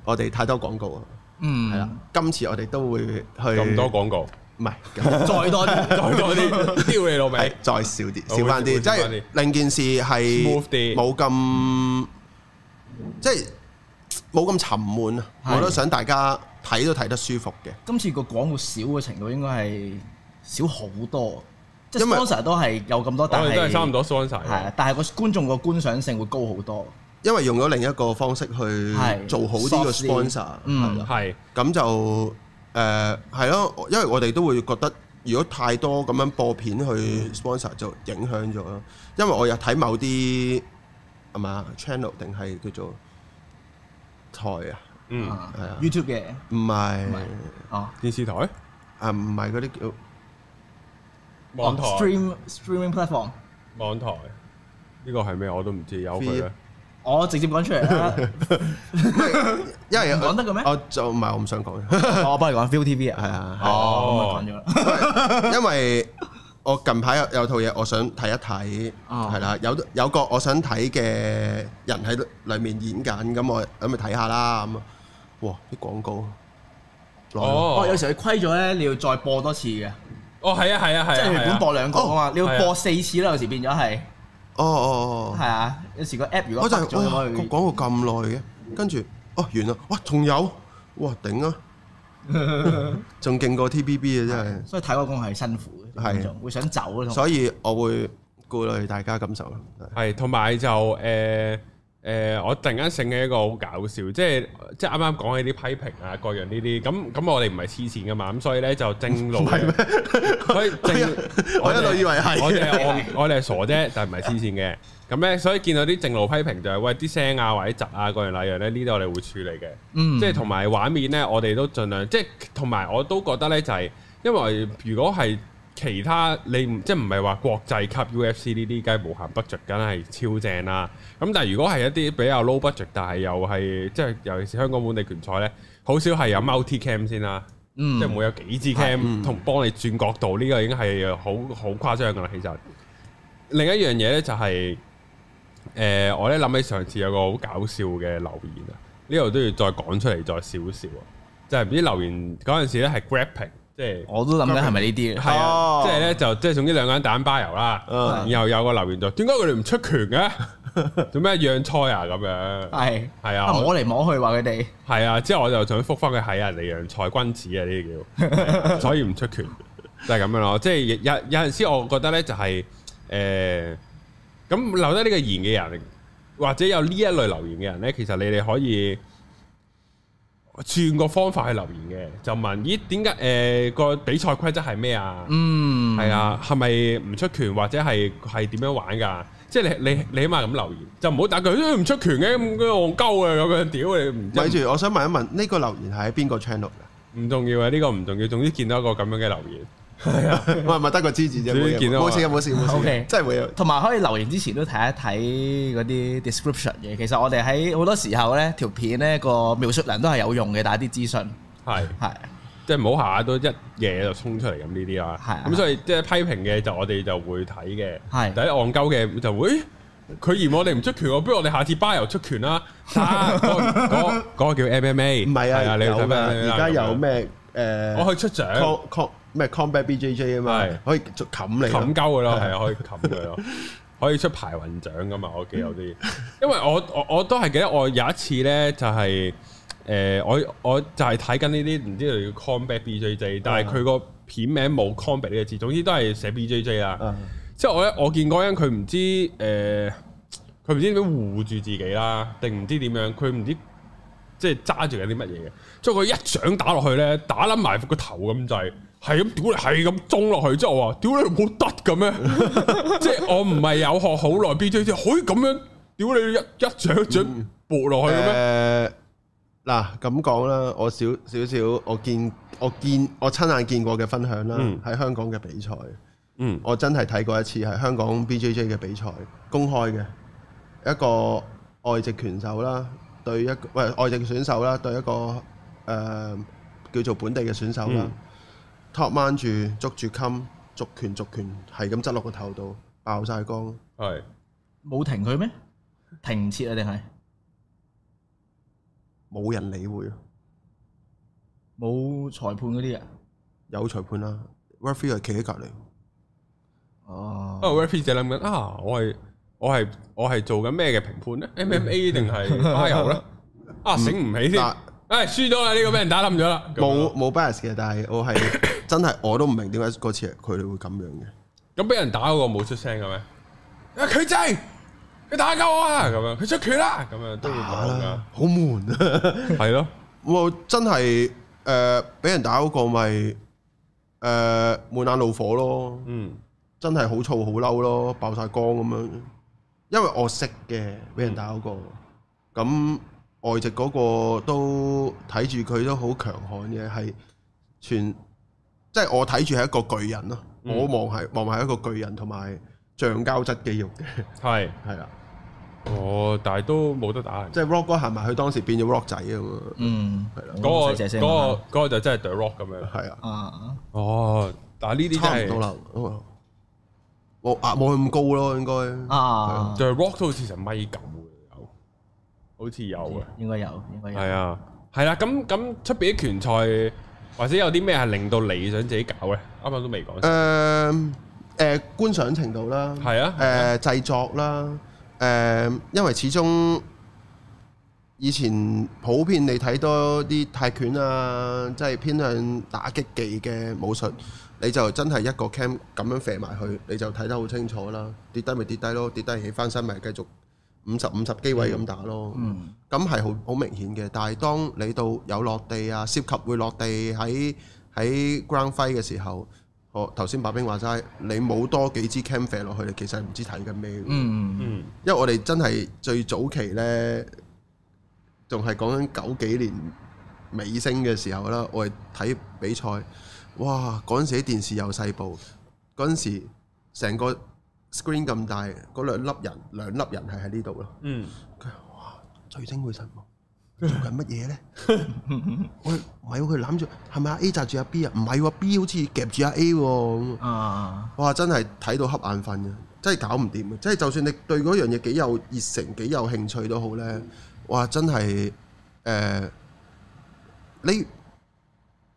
S2: 我哋太多廣告啊，
S3: 嗯
S2: 係啦、今次我哋都會去
S1: 咁多廣告，
S2: 唔係咁
S3: 再多
S1: 再
S3: 啲，
S1: 多啲，丟你老
S2: 係
S1: 味，
S2: 再少啲，
S1: 會
S2: 少翻
S1: 會
S2: 啲，
S1: 會
S2: 即
S1: 少返啲
S2: 係令件事
S1: Smooth
S2: 係
S1: 啲
S2: 冇咁即係冇咁沉悶啊！
S3: 係
S2: 我都想大家睇都睇得舒服嘅，
S3: 今次個廣告少嘅程度應該係少好多，即係
S2: 因為
S3: sponsor 都係有咁多，
S1: 我
S3: 但
S1: 哋都係
S3: 係
S1: 差唔多 sponsor
S3: 係啊
S1: 嘅，
S3: 但係個觀眾個觀賞性會高好多，
S2: 因為用咗另一個方式去
S3: 係
S2: 做好啲個
S3: soft 啲
S2: sponsor，
S3: 嗯
S2: 係啊啦
S1: 係
S2: 咁就誒係咯，因為我哋都會覺得，如果太多咁樣播片去 sponsor 就影響咗咯。因為我有睇某啲係嘛 channel 定係叫做台啊，
S1: 嗯，
S3: 啊
S2: 係啊
S3: YouTube 嘅
S2: 唔係
S3: 唔係哦。
S1: 電視台、
S2: 啊，唔係嗰啲叫
S1: 網台、
S3: 哦 stream streaming platform，
S1: 網台，呢、個係咩我都唔知，有佢啦。
S3: 我直接講出嚟 啦。
S2: 因為
S3: 唔講得嘅咩
S2: 我就唔係我唔想哦講嘅，
S3: 我幫你講 Feel TV 啊，
S2: 係啊，
S3: 哦，
S1: 哦
S3: 咁啊講咗啦。
S2: 因為我近排有有套嘢我想睇一睇，
S3: 哦
S2: 係啦，有有個我想睇嘅人喺裏面演緊，咁我咁咪睇下啦咁啊，哇啲廣告，來啦
S1: 哦
S3: 哦， 有時佢虧咗咧，你要再播多次嘅，
S1: 哦，係啊，係啊，係啊，
S3: 即係原
S1: 係啊
S3: 本播兩個啊嘛，你要
S1: 係啊
S3: 播四次啦。有時變咗係，
S2: 哦哦
S3: 係
S2: 哦，
S3: 啊，有時個 app 如
S2: 我
S3: 果
S2: 就
S3: 得
S2: 係
S3: 咗
S2: 哇
S3: 嘅
S2: 個
S3: 話，
S2: 廣告咁耐嘅，跟住哦完啦，哇仲有，哇 頂啊，仲勁過 TVB 啊真係。
S3: 所以睇嗰個係辛苦嘅，
S2: 係
S3: 觀眾會想走咯。
S2: 所以我會顧慮大家感受咯。
S1: 係，同埋就誒誒、我突然間醒起一個好搞笑，即係即係啱啱講起啲批評啊，各樣呢啲，咁咁我哋唔係黐線噶嘛，咁所以咧就正路嘅，所以正
S2: 我一
S1: 哋
S2: 路以為係
S1: 我哋係我我哋係傻啫，但係唔係黐線嘅。咁咧，所以見到啲正路批評就係、喂啲聲啊或者窒啊各樣那樣咧，呢啲我哋會處理嘅。
S3: 嗯
S1: 即係同埋畫面咧，我哋都盡量即係同埋我都覺得咧，就係、因為如果係其他你唔即係唔係話國際級 UFC 呢啲，梗係無限 budget，梗係超正啦。咁但係如果係一啲比較 low budget，但係又係即係尤其是香港本地拳賽咧，好少係有 multi cam 先啦。
S3: 嗯
S1: 即係會有幾支 cam 同幫你轉角度，呢、個已經係好好誇張噶啦。其實另一樣嘢咧就係、誒、我咧諗起上次有個好搞笑嘅留言啊，呢度都要再講出嚟，再少少啊。就係唔知留言嗰陣時咧係 grapping，即係
S3: 我都諗緊係咪呢啲嘅？
S1: 係啊，
S2: 哦
S1: 即係咧就即係總之兩個人打緊巴油啦，
S2: 嗯
S1: 然後有個留言就點解佢哋唔出拳嘅？ 做咩讓菜啊咁樣？
S3: 係
S1: 係啊
S3: 啊，摸嚟摸去話佢哋
S1: 係啊，之後我就想復翻佢係啊，你讓菜君子啊呢啲叫，所以唔出拳就係咁樣咯。即係有有有陣時，我覺得咧就係、誒咁、留低呢個言嘅人，或者有呢一類留言嘅人咧，其實你哋可以。轉個方法去留言嘅，就問咦點解誒呃個比賽規則係咩啊？
S3: 嗯
S1: 係啊，係咪唔出拳或者係係點樣玩㗎？即係你你你起碼咁留言，就唔好打佢欸唔出拳嘅咁戇鳩嘅咁樣，屌你唔
S2: 咪住，我想問一問呢個留言係喺邊個 channel 嘅？
S1: 唔重要嘅呢個唔重要，總之見到一個咁樣嘅留言，
S2: 我係咪得個支持啫？
S1: 你
S2: 冇嘢
S1: 見到啊
S2: 冇事嘅，冇事冇事
S3: OK
S2: 嘅，真係會有。
S3: 同埋可以留言之前都睇一睇嗰啲 description 嘅。其實我哋喺好多時候咧條片咧個描述量都係有用嘅，但係啲資訊
S1: 係
S3: 係
S1: 即係唔好下下都一嘢就衝出嚟咁呢啲啦。
S3: 係啊
S1: 咁所以即係批評嘅就我哋就會睇嘅，
S3: 係
S1: 第一戇鳩嘅就會。欸佢嫌我哋唔出拳喎，不如我哋下次巴油出拳 啦。啊，嗰嗰嗰個叫 MMA，
S2: 唔
S1: 係
S2: 係啊，
S1: 啊，你要
S2: 有
S1: 睇
S2: 㗎，
S1: 翻
S2: 而家有？咩
S1: 我
S2: 誒
S1: 去出獎
S2: com com 咩 combat BJJ 啊嘛
S1: 係，
S2: 可以逐冚你咯
S1: 冚鳩。佢咯，係啊，可以冚佢 咯，可以出排雲獎噶嘛？我記得有啲，因為我我我都係記得我有一次咧就係、呃我我就係睇緊呢啲唔知叫 combat BJJ，但係佢個片名冇 combat 呢個字，總之都係寫 BJJ 啦。
S2: 啊
S1: 之後我咧，我見嗰個人佢唔知誒，呃佢、唔知點樣護住自己啦，定唔知點樣，佢唔知即係揸住緊啲乜嘢嘅。之後佢一掌打落去咧，打冧埋個頭咁滯，係咁屌你，係咁中落去。之後我話：屌你冇得嘅咩？ 即係我唔係有學好耐 BJJ，可以咁樣屌你一一掌一掌
S2: 嗯
S1: 撥落去嘅咩？
S2: 誒嗱咁講啦，我少少少，我見我見我親眼見過嘅分享啦
S1: 嗯，
S2: 喺香港嘅比賽，
S1: 嗯，
S2: 我真係睇過一次係香港 BJJ 嘅比賽，公開嘅一個外籍拳手啦，對一個喂外籍選手啦，對一個誒、呃叫做本地嘅選手啦
S1: 嗯，
S2: 托掹住捉住襟，逐拳逐拳係咁執落個頭度，爆晒光。
S1: 係
S3: 冇停佢咩？停唔切啊定係
S2: 冇人理會，
S3: 冇裁判嗰啲啊？
S2: 有裁判啦 r e f e e 係企喺隔離，
S1: 啊
S3: 哦，
S1: ，Rafi 就諗緊啊，我係我係我係做緊咩嘅評判咧？MMA 定 係巴油咧？啊，醒唔起先
S2: 嗱。
S1: 唉，輸咗啦！呢個俾人打冧咗啦，咁
S2: 冇
S1: 樣
S2: 冇 bias 嘅，但係 我係真係我都唔明點解嗰次佢哋會咁樣嘅。
S1: 咁俾人打嗰個冇出聲嘅咩？啊，佢制，佢打鳩我啊！咁樣，佢出拳啦！咁樣都要
S2: 打
S1: 講噶
S2: 啦，，好悶 啊！
S1: 係咯，
S2: 我真係誒俾人打嗰個咪誒滿眼怒火咯，
S1: 嗯，
S2: 真係好燥好嬲咯，爆晒光咁樣。因為我識嘅俾人打嗰、個，咁外籍嗰個都睇住佢都好強悍嘅，係全即係我睇住係一個巨人咯。
S1: 嗯
S2: 我望係望係一個巨人同埋橡膠質肌肉嘅，
S1: 係，
S2: 係啦。
S1: 哦，但係都冇得打人。
S2: 即係 Rock 哥行埋去，當時變咗 Rock 仔啊嘛，
S3: 嗯，
S2: 係啦
S1: 嗰個
S3: 細細
S2: 啊
S1: 嗰
S3: 聲
S1: 個嗰個就真係對 rock 咁樣。
S2: 係啊，
S3: 啊，
S1: 哦，但係呢啲
S2: 差唔
S1: 真
S2: 多
S1: 係
S2: 啦。啊我啊冇佢咁高咯，應該
S3: 啊，
S1: 對 rock 都好似成米九嘅有，好似有啊嘅。
S3: 應該有，
S2: 嗯
S3: 應該有。
S1: 係啊，係啦，咁咁出邊啲拳賽或者有啲咩係令到你想自己搞咧？啱啱都未講。
S2: 誒誒觀賞程度啦，
S1: 係啊係
S2: 誒製作啦，誒因為始終以前普遍你睇多啲泰拳啊，即係偏向打擊技嘅武術，你就真係一個 cam 咁樣射埋去，你就睇得好清楚啦。跌低咪跌低咯，跌低起翻身咪繼續五十五十機位咁打咯。
S3: 嗯，
S2: 咁係好好明顯嘅。但係當你到有落地啊，涉及會落地喺喺 ground fight 嘅時候，我頭先白冰話齋，你冇多幾支 cam 射落去，你其實係唔知睇緊咩嘅。
S3: 嗯，
S1: 嗯，
S2: 因為我哋真係最早期呢，仲係講緊九幾年尾聲嘅時候啦，我哋睇比賽，哇！嗰陣時啲電視又細部，嗰陣時成個 screen 咁大，嗰兩粒人兩粒人係喺呢度咯。
S1: 嗯，
S2: 聚精啊會神喎，做緊乜嘢 咧？我唔係喎，佢攬住係咪阿 A 扎住阿 B 啊？唔係喎，B 好似夾住阿 A 喎咁。
S3: 啊，
S2: 哇！真係睇到瞌眼瞓嘅，真係搞唔掂嘅。即係就算你對嗰樣嘢幾有熱誠、幾有呃興趣都好咧，哇！真係誒、你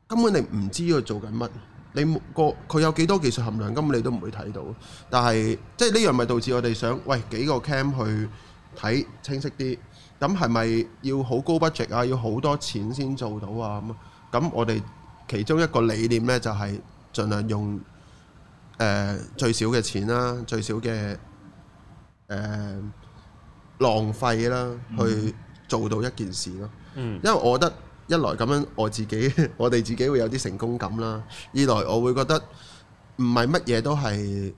S2: 根本你唔知佢做緊乜，你冇個佢有幾多技術含量，根本你都唔會睇到。但係即係呢樣咪導致我哋想喂幾個 cam 去睇清晰啲，咁係咪要好高 budget 啊？要好多錢先做到啊？咁咁我哋其中一個理念呢，就係、盡量用誒、呃最少嘅錢啦，最少嘅誒、呃浪費啦，去做到一件事咯。
S1: 嗯
S2: 因為我覺得一來咁樣我自己 我哋自己會有啲成功感啦，二來我會覺得唔係乜嘢都係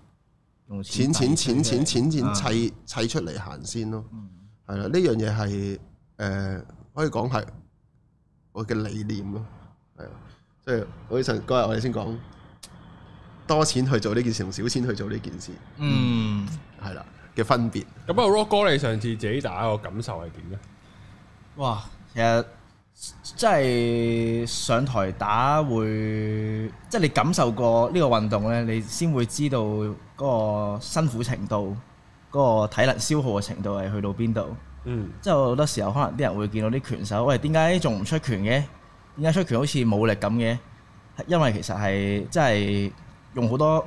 S3: 用
S2: 錢錢錢錢錢錢
S3: 砌，
S2: 砌砌出嚟行先咯，
S3: 嗯
S2: 係啦，呢樣嘢係誒可以講係我嘅理念咯，係啊，即係好似上嗰日我哋先講多錢去做呢件事同少錢去做呢件事
S3: 嗯，
S2: 係啦嘅分別，
S1: 咁啊，Rock 哥，你上次自己打個感受係點咧？
S3: 哇，其實真係上台打會，即係你感受過呢個運動呢，你先會知道嗰個辛苦程度，嗰、個體能消耗嘅程度係去到邊度。
S1: 嗯，
S3: 即係好多時候，可能啲人會見到啲拳手，喂，點解仲唔出拳嘅？點解出拳好似冇力咁嘅？係因為其實係真係用好多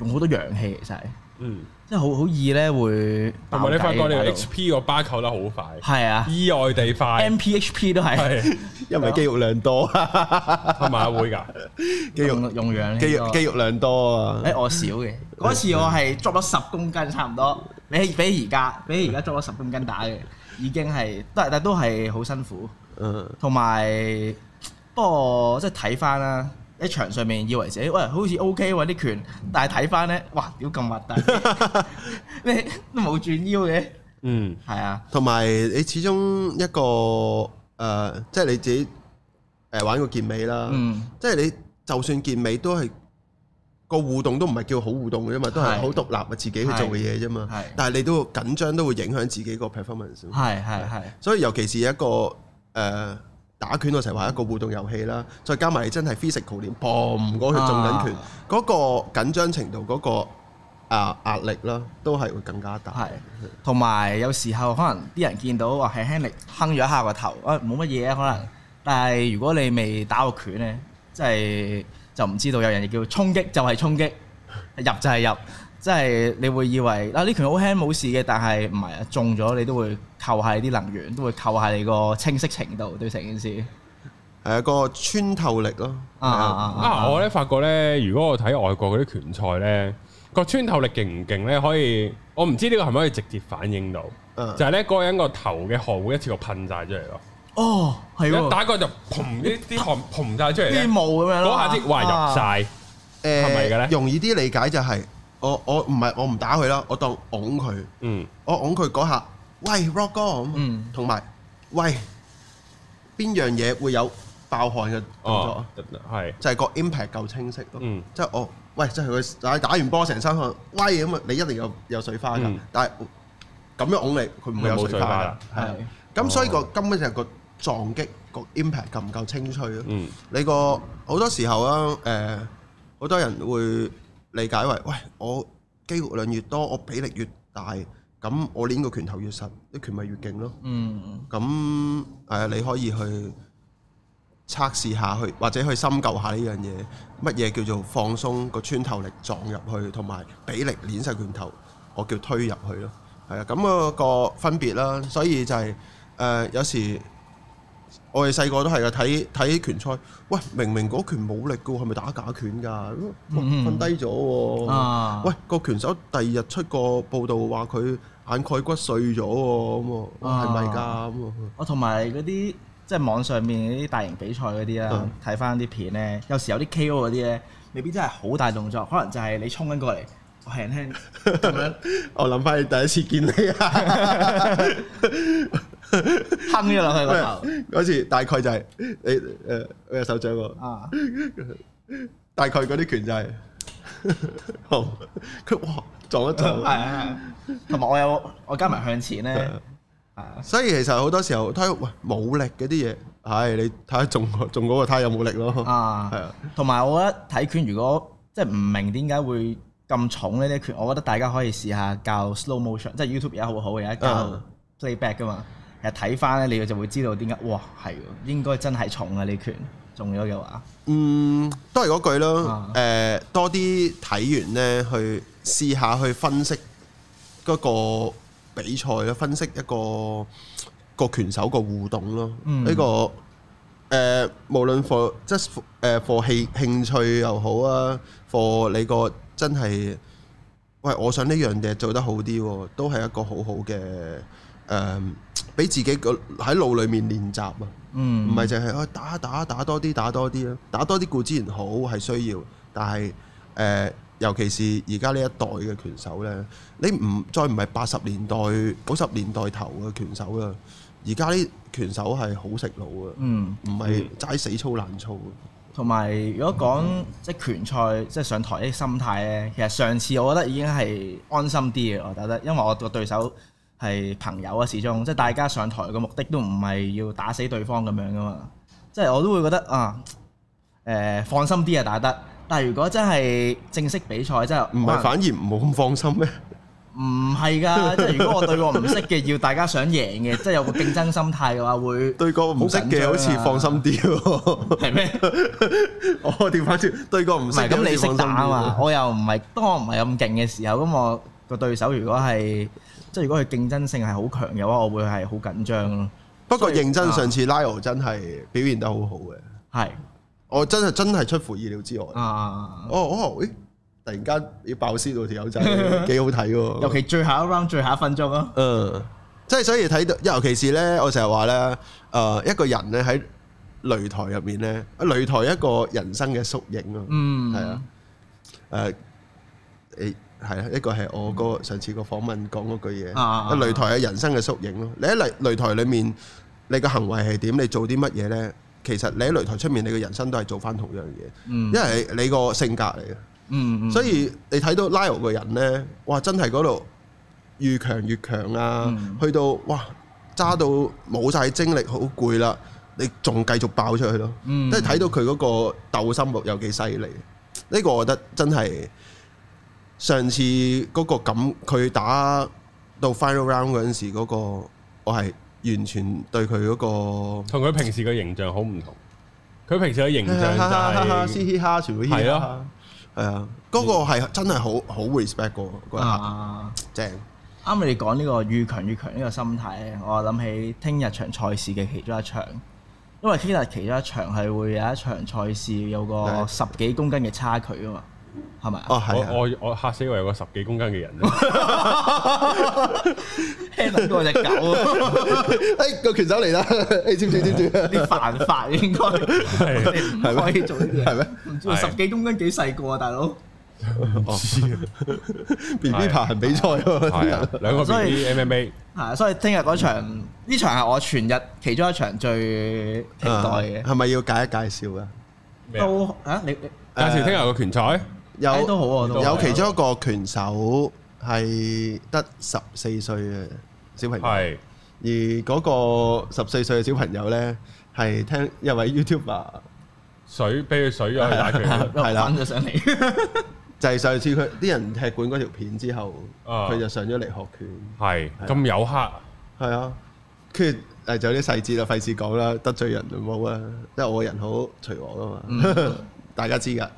S3: 用好多陽氣，其實係
S1: 嗯，
S3: 即係好好易咧會
S1: 同埋你發覺你
S3: 爆底
S1: XP 個巴扣得好 快，
S3: 係啊
S1: 意外地快，
S3: ，MPHP 都係
S1: 係
S2: 因為肌肉量多，
S1: 係咪啊會㗎？
S2: 肌肉
S3: 用用陽
S2: 肌
S3: 氣
S2: 肉
S3: 多。
S2: 肌肉量多啊，
S3: 誒我少嘅，嗰次我係 drop 咗十公斤差唔多，比起比起而家比起而家 drop 咗十公斤打嘅，已經係但但都係好辛苦。
S2: 嗯。
S3: 同埋不過即係睇翻啦，喺場上面以為自己喂好似 O K 喎啲拳，但係睇翻咧，哇屌咁核突，你都冇轉腰嘅，
S1: 嗯，
S3: 係啊，
S2: 同埋你始終一個誒、呃即係你自己誒、呃玩個健美啦，
S3: 嗯
S2: 即係你就算健美都係個互動都唔係叫好互動嘅啫嘛，都係
S3: 係
S2: 好獨立啊自己去做嘅嘢啫嘛
S3: 係係。
S2: 但係你都緊張都會影響自己個 performance。啊
S3: 係係係，
S2: 所以尤其是一個誒、呃打拳，我成日話一個互動遊戲啦，再加埋你真係 physical 練 boom 嗰個中緊拳
S3: 啊，
S2: 嗰、個緊張程度嗰、個啊壓力啦，都係會更加
S1: 啊
S2: 大。
S3: 係，同埋有時候可能啲人見到話輕輕力哼咗一下個頭，啊冇乜嘢啊可能，但係如果你未打過拳咧，即係就唔知道有人叫衝擊就係衝擊，入就係入，即係你會以為啊呢拳好輕冇事嘅，但係唔係啊中咗你都會扣下你啲能源，都會扣下你個清晰程度對成件事。
S2: 係啊，個穿透力咯。
S3: 啊啊啊
S1: 啊，我咧發覺咧，如果我睇外國嗰啲拳賽咧，個穿透力勁唔勁咧，可以我唔知呢個係咪可以直接反映到，
S2: 嗯
S1: 就係咧嗰個人個頭嘅汗會一次過噴晒出嚟咯，
S3: 哦，係
S1: 一
S3: 喎，
S1: 打過就嘭啲 啲汗嘭晒出嚟
S3: 啲
S1: 呢，
S3: 霧咁樣咯
S1: 嗰下啲哇入
S3: 啊
S1: 晒，
S2: 誒
S1: 係咪嘅咧
S2: 容易啲理解就係、我我唔係我唔打佢啦，我當擁佢，
S1: 嗯
S2: 我擁佢嗰下，喂 Rock 哥咁
S3: 嗯，
S2: 同埋、喂邊樣嘢會有爆汗嘅動作
S1: 哦
S2: 啊？，
S1: 係
S2: 就係個 impact 夠清晰咯。
S1: 嗯
S2: 即係我喂，即係佢打打完波成身汗，喂咁啊，你一定有有水花㗎。
S1: 嗯
S2: 但係咁樣擁你，佢唔會有
S1: 冇
S2: 水
S1: 水
S2: 花
S1: 花
S2: 㗎
S1: 啦。
S2: 係啊
S3: 係
S2: 咁所以個根本就係個撞擊個 impact 夠唔夠清脆咯。
S1: 嗯
S2: 你個好多時候啊，誒、好多人會理解為，喂，我肌肉量越多，我比力越大，咁我練個拳頭越實，啲拳咪越勁咯。
S3: 嗯。
S2: 咁誒、你可以去測試下去，或者去深究下呢樣嘢，乜嘢叫做放鬆個穿透力撞入去，同埋比力攣晒拳頭，我叫推入去咯。係啊，咁、個個分別啦，所以就係、誒、有時我哋細個都係嘅，睇睇拳賽，喂，明明嗰拳冇力嘅喎，係咪打假拳㗎？喂
S3: 嗯
S2: 瞓低咗喎。
S3: 啊
S2: 喂，個拳手第二日出個報道話佢眼蓋骨碎咗喎，咁啊，係咪㗎？咁啊，
S3: 我同埋嗰啲即係網上面嗰啲大型比賽嗰啲啦
S2: 嗯，
S3: 睇翻啲片咧，有時有啲 K.O. 嗰啲咧，未必真係好大動作，可能就係你衝緊過嚟，我輕輕 咁樣
S2: 我諗翻你第一次見你 啊，
S3: 哼咗落去個頭
S2: 嗰次大概就係你誒咩手掌喎，
S3: 啊！
S2: 大概嗰啲拳就係、 好，佢哇撞一
S3: 係
S2: 撞，
S3: 係係同埋我有我加埋向前咧，啊
S2: 所以其實好多時候睇下喂冇力嗰啲嘢，係、你睇下中中嗰個胎有冇力咯，係
S3: 啊
S2: 啊，
S3: 同埋我覺得睇拳如果即係唔明點解會咁重呢啲拳，我覺得大家可以試下教 slow motion，即係 YouTube 而家好好嘅，而家教
S2: 嗯
S3: playback 噶嘛。其實睇翻咧，你就會知道點解，哇，係喎，應該真係重啊！呢拳中咗嘅話，
S2: 嗯，都係嗰句咯
S3: 啊。
S2: 誒、多啲睇完呢，去試下去分析嗰個比賽咯，分析一個個拳手個互動咯。呢、
S3: 嗯
S2: 個誒、無論 for just for- 誒 for 興興趣又好啊，for 你個真係，喂，我想呢樣嘢做得好啲喎，都係一個好好嘅誒，俾、自己個喺腦裡面練習啊。
S3: 嗯，
S2: 唔係就係、啊打打打多啲，打多啲啦，啊打多啲固之然好係需要，但係誒、呃尤其是而家呢一代嘅拳手呢，你唔再唔係八十年代、九十年代頭嘅拳手啦，而家啲拳手係好食腦啊，
S3: 嗯，
S2: 唔係齋死操爛操啊。
S3: 同埋如果講即係拳賽即係上台啲心態咧，其實上次我覺得已經係安心啲嘅，我覺得，因為我個對手係朋友啊，始終即係大家上台嘅目的都唔係要打死對方咁樣噶嘛，即係我都會覺得啊，誒、放心啲啊打得，但係如果真係正式比賽真係
S2: 唔係
S3: 可能
S2: 反而唔好咁放心 咩？
S3: 唔係㗎，即係如果我對我唔識嘅要大家想贏嘅，即係有個競爭心態嘅 話會
S2: 對個唔識嘅好似放心啲喎，
S3: 係咩？
S2: 我調翻轉對個唔
S3: 唔
S2: 識
S3: 係
S2: 嘅好
S3: 咁，
S2: 似放
S3: 你識
S2: 心啲
S3: 打啊嘛
S2: 喎？。
S3: 我又唔係，當我唔係咁勁嘅時候，咁我個對手如果係即係如果佢競爭性係好強嘅話，我會係好緊張咯。
S2: 不過
S3: 所以
S2: 認真，
S3: 啊
S2: 上次 Lyle 真係表現得好好嘅。
S3: 係
S2: 我真係真係出乎意料之外。
S3: 啊啊，啊
S2: 哦哦，咦！突然間要爆屍到條友 仔，幾好睇喎。
S3: 尤其最後一 round 最後一分鐘咯。
S2: 嗯，即係所以睇到，尤其是咧，我成日話咧，誒、一個人咧喺擂台入面咧，擂台一個人生嘅縮影咯。
S3: 嗯，
S2: 係啊，誒、誒係啦，一個係我個上次個訪問講嗰句嘢，
S3: 啊啊啊
S2: 擂台係人生嘅縮影咯。你喺擂擂台裡面，你嘅行為係點？你做啲乜嘢咧？其實你喺擂台出面，你嘅人生都係做翻同樣嘢，
S3: 嗯
S2: 因為你個性格嚟嘅。
S3: 嗯，嗯
S2: 所以你睇到 Lyle 個人呢，哇！真係嗰度越強越強啊，
S3: 嗯
S2: 去到哇揸到冇晒精力，好攰啦，你仲繼續爆出去咯，
S3: 嗯
S2: 即係睇到佢嗰個鬥心有幾犀利。呢、個我覺得真係上次嗰個感，佢打到 final round 嗰陣時嗰、個，我係完全對佢嗰、個。
S1: 同佢平時嘅形象好唔同。佢平時嘅形象
S2: 哈
S1: 就
S2: 嘻
S1: 係
S2: 嘻哈，全部嘻哈，
S1: 係
S2: 係
S1: 咯
S2: 啊，嗰個係真係好好 respect 個嗰一刻。
S3: 啊啊
S2: 正。
S3: 啱你講呢個越強越強呢個心態咧，我諗起聽日場賽事嘅其中一場，因為聽日其中一場係會有一場賽事有個
S2: 係
S3: 十幾公斤嘅差距啊嘛，係咪啊？
S2: 哦，係 啊，
S1: 我我我嚇死我有個十幾公斤嘅人啫
S3: handle 過只狗，
S2: 誒個拳手嚟啦， 誒知唔知 知唔知？
S3: 啲犯法應該
S1: 係
S3: 唔可以做呢啲嘢，
S2: 係咩？
S3: 唔知道十幾公斤幾細個啊，大佬。
S2: B B 爬行比賽喎，
S1: 係啊，兩個
S3: 所以
S1: B MMA
S3: 係啊，所以聽日嗰場呢場係我全日其中一場最期
S2: À.
S3: 待嘅。
S2: 係咪要介一介紹啊？
S1: 咩啊？
S3: 都啊，你你
S1: 介紹聽日個拳賽，
S3: 誒
S2: 有
S3: 都好啊，都好啊
S2: 有其中一個拳手係得十四歲嘅小朋友，而
S1: 係
S2: 嗰個十四歲嘅小朋友咧係聽一位 YouTuber，
S1: 水俾佢水咗去打 拳。
S2: 係啦
S3: 翻咗上嚟。
S2: 就係上次佢啲人踢館嗰條片之後，
S1: 啊
S2: 佢就上咗嚟學拳，
S1: 係咁有黑，
S2: 係啊，跟住。誒就有啲細節啦，啊費事講啦，得罪人就冇啦，因為我人好隨和噶嘛。 大家知噶。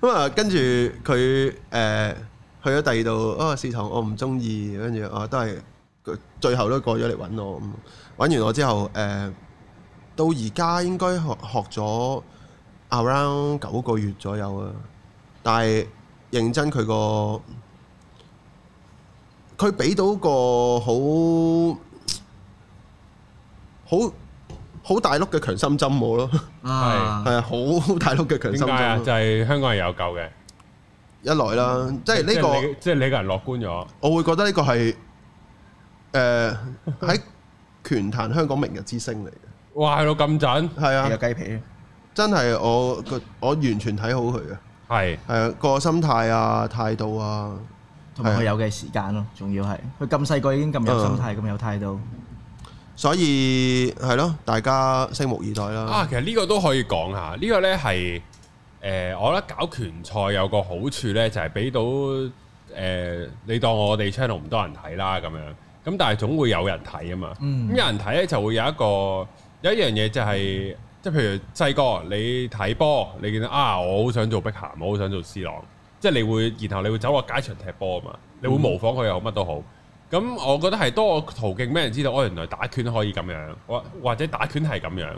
S2: 咁啊，跟住佢誒去咗第二度，啊市場我唔中意，跟住啊都係佢最後都過咗嚟揾我。咁揾完我之後，誒、到而家應該學學咗 around 九個月左右啊。但係認真佢個，佢俾到個好好好大碌嘅強心針我咯，
S3: 啊，
S2: 係啊，好好大碌嘅強
S1: 點
S2: 心
S1: 解啊？
S2: 針
S1: 就。係香港人有救嘅，
S2: 一來啦，即係呢
S1: 即係你
S2: 個，
S1: 即係你個人樂觀咗。
S2: 我會覺得呢個係誒喺拳壇香港明日之星嚟嘅，
S1: 哇，去到咁準，
S2: 係
S3: 你
S2: 啊，
S3: 個雞皮。
S2: 真係我個我完全睇好佢嘅，
S1: 係
S2: 係啊個心態啊、態度啊，
S3: 同埋
S2: 係啊
S3: 佢有嘅時間咯，仲要係佢咁細個已經咁有心態、咁有態度。
S2: 所以係咯，大家拭目以待啦。
S1: 啊，其實呢個都可以講下，呢個呢係誒，我覺得搞拳賽有個好處呢，就係俾到誒，你當我哋 channel 唔多人睇啦咁樣，咁但係總會有人睇啊嘛。咁
S3: 嗯
S1: 有人睇呢，就會有一個有一樣嘢就係即係譬如細個你睇波，你見到啊，我好想做碧咸，我好想做 C 朗，即係你會，然後你會走落街場踢波啊嘛，你會模仿佢又好乜都好。咁我覺得係多個途徑俾人知道，哦，原來打拳可以咁樣，或或者打拳係咁樣。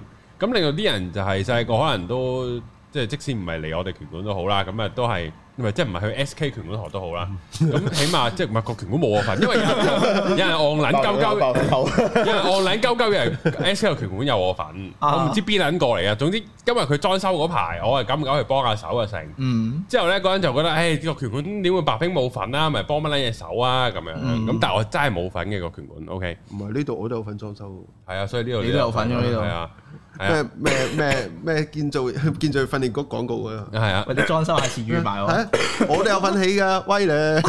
S1: 咁令到啲人就係細個可能都即係即使唔係嚟我哋拳館都好啦，咁啊都係唔係即係唔係去 SK 拳館學都好啦。 咁起碼即係唔係個拳館冇我份，因為有人 有人戇撚鳩鳩。
S4: 爆頭
S1: 因為我撚鳩鳩嘅 S L 拳館有我份，
S3: 啊
S1: 我唔知邊撚過嚟嘅。總之因為佢裝修嗰排，我係咁搞去幫下手啊成。
S3: 嗯，
S1: 之後咧嗰陣就覺得，唉、個拳館點會白兵冇份啦、咪幫乜撚嘢手啊咁樣。咁、
S3: 嗯
S1: 但係我真係冇份嘅個拳館，OK，
S2: 唔係呢度我都有份裝修喎。
S1: 係啊，所以呢度
S3: 你都有份嘅呢度
S1: 係啊，係啊，
S2: 咩咩咩咩建造 建造訓練局廣告啊！
S1: 係啊。
S3: 或者裝修下次預埋我。
S2: 係啊 我都有份起噶，威咧！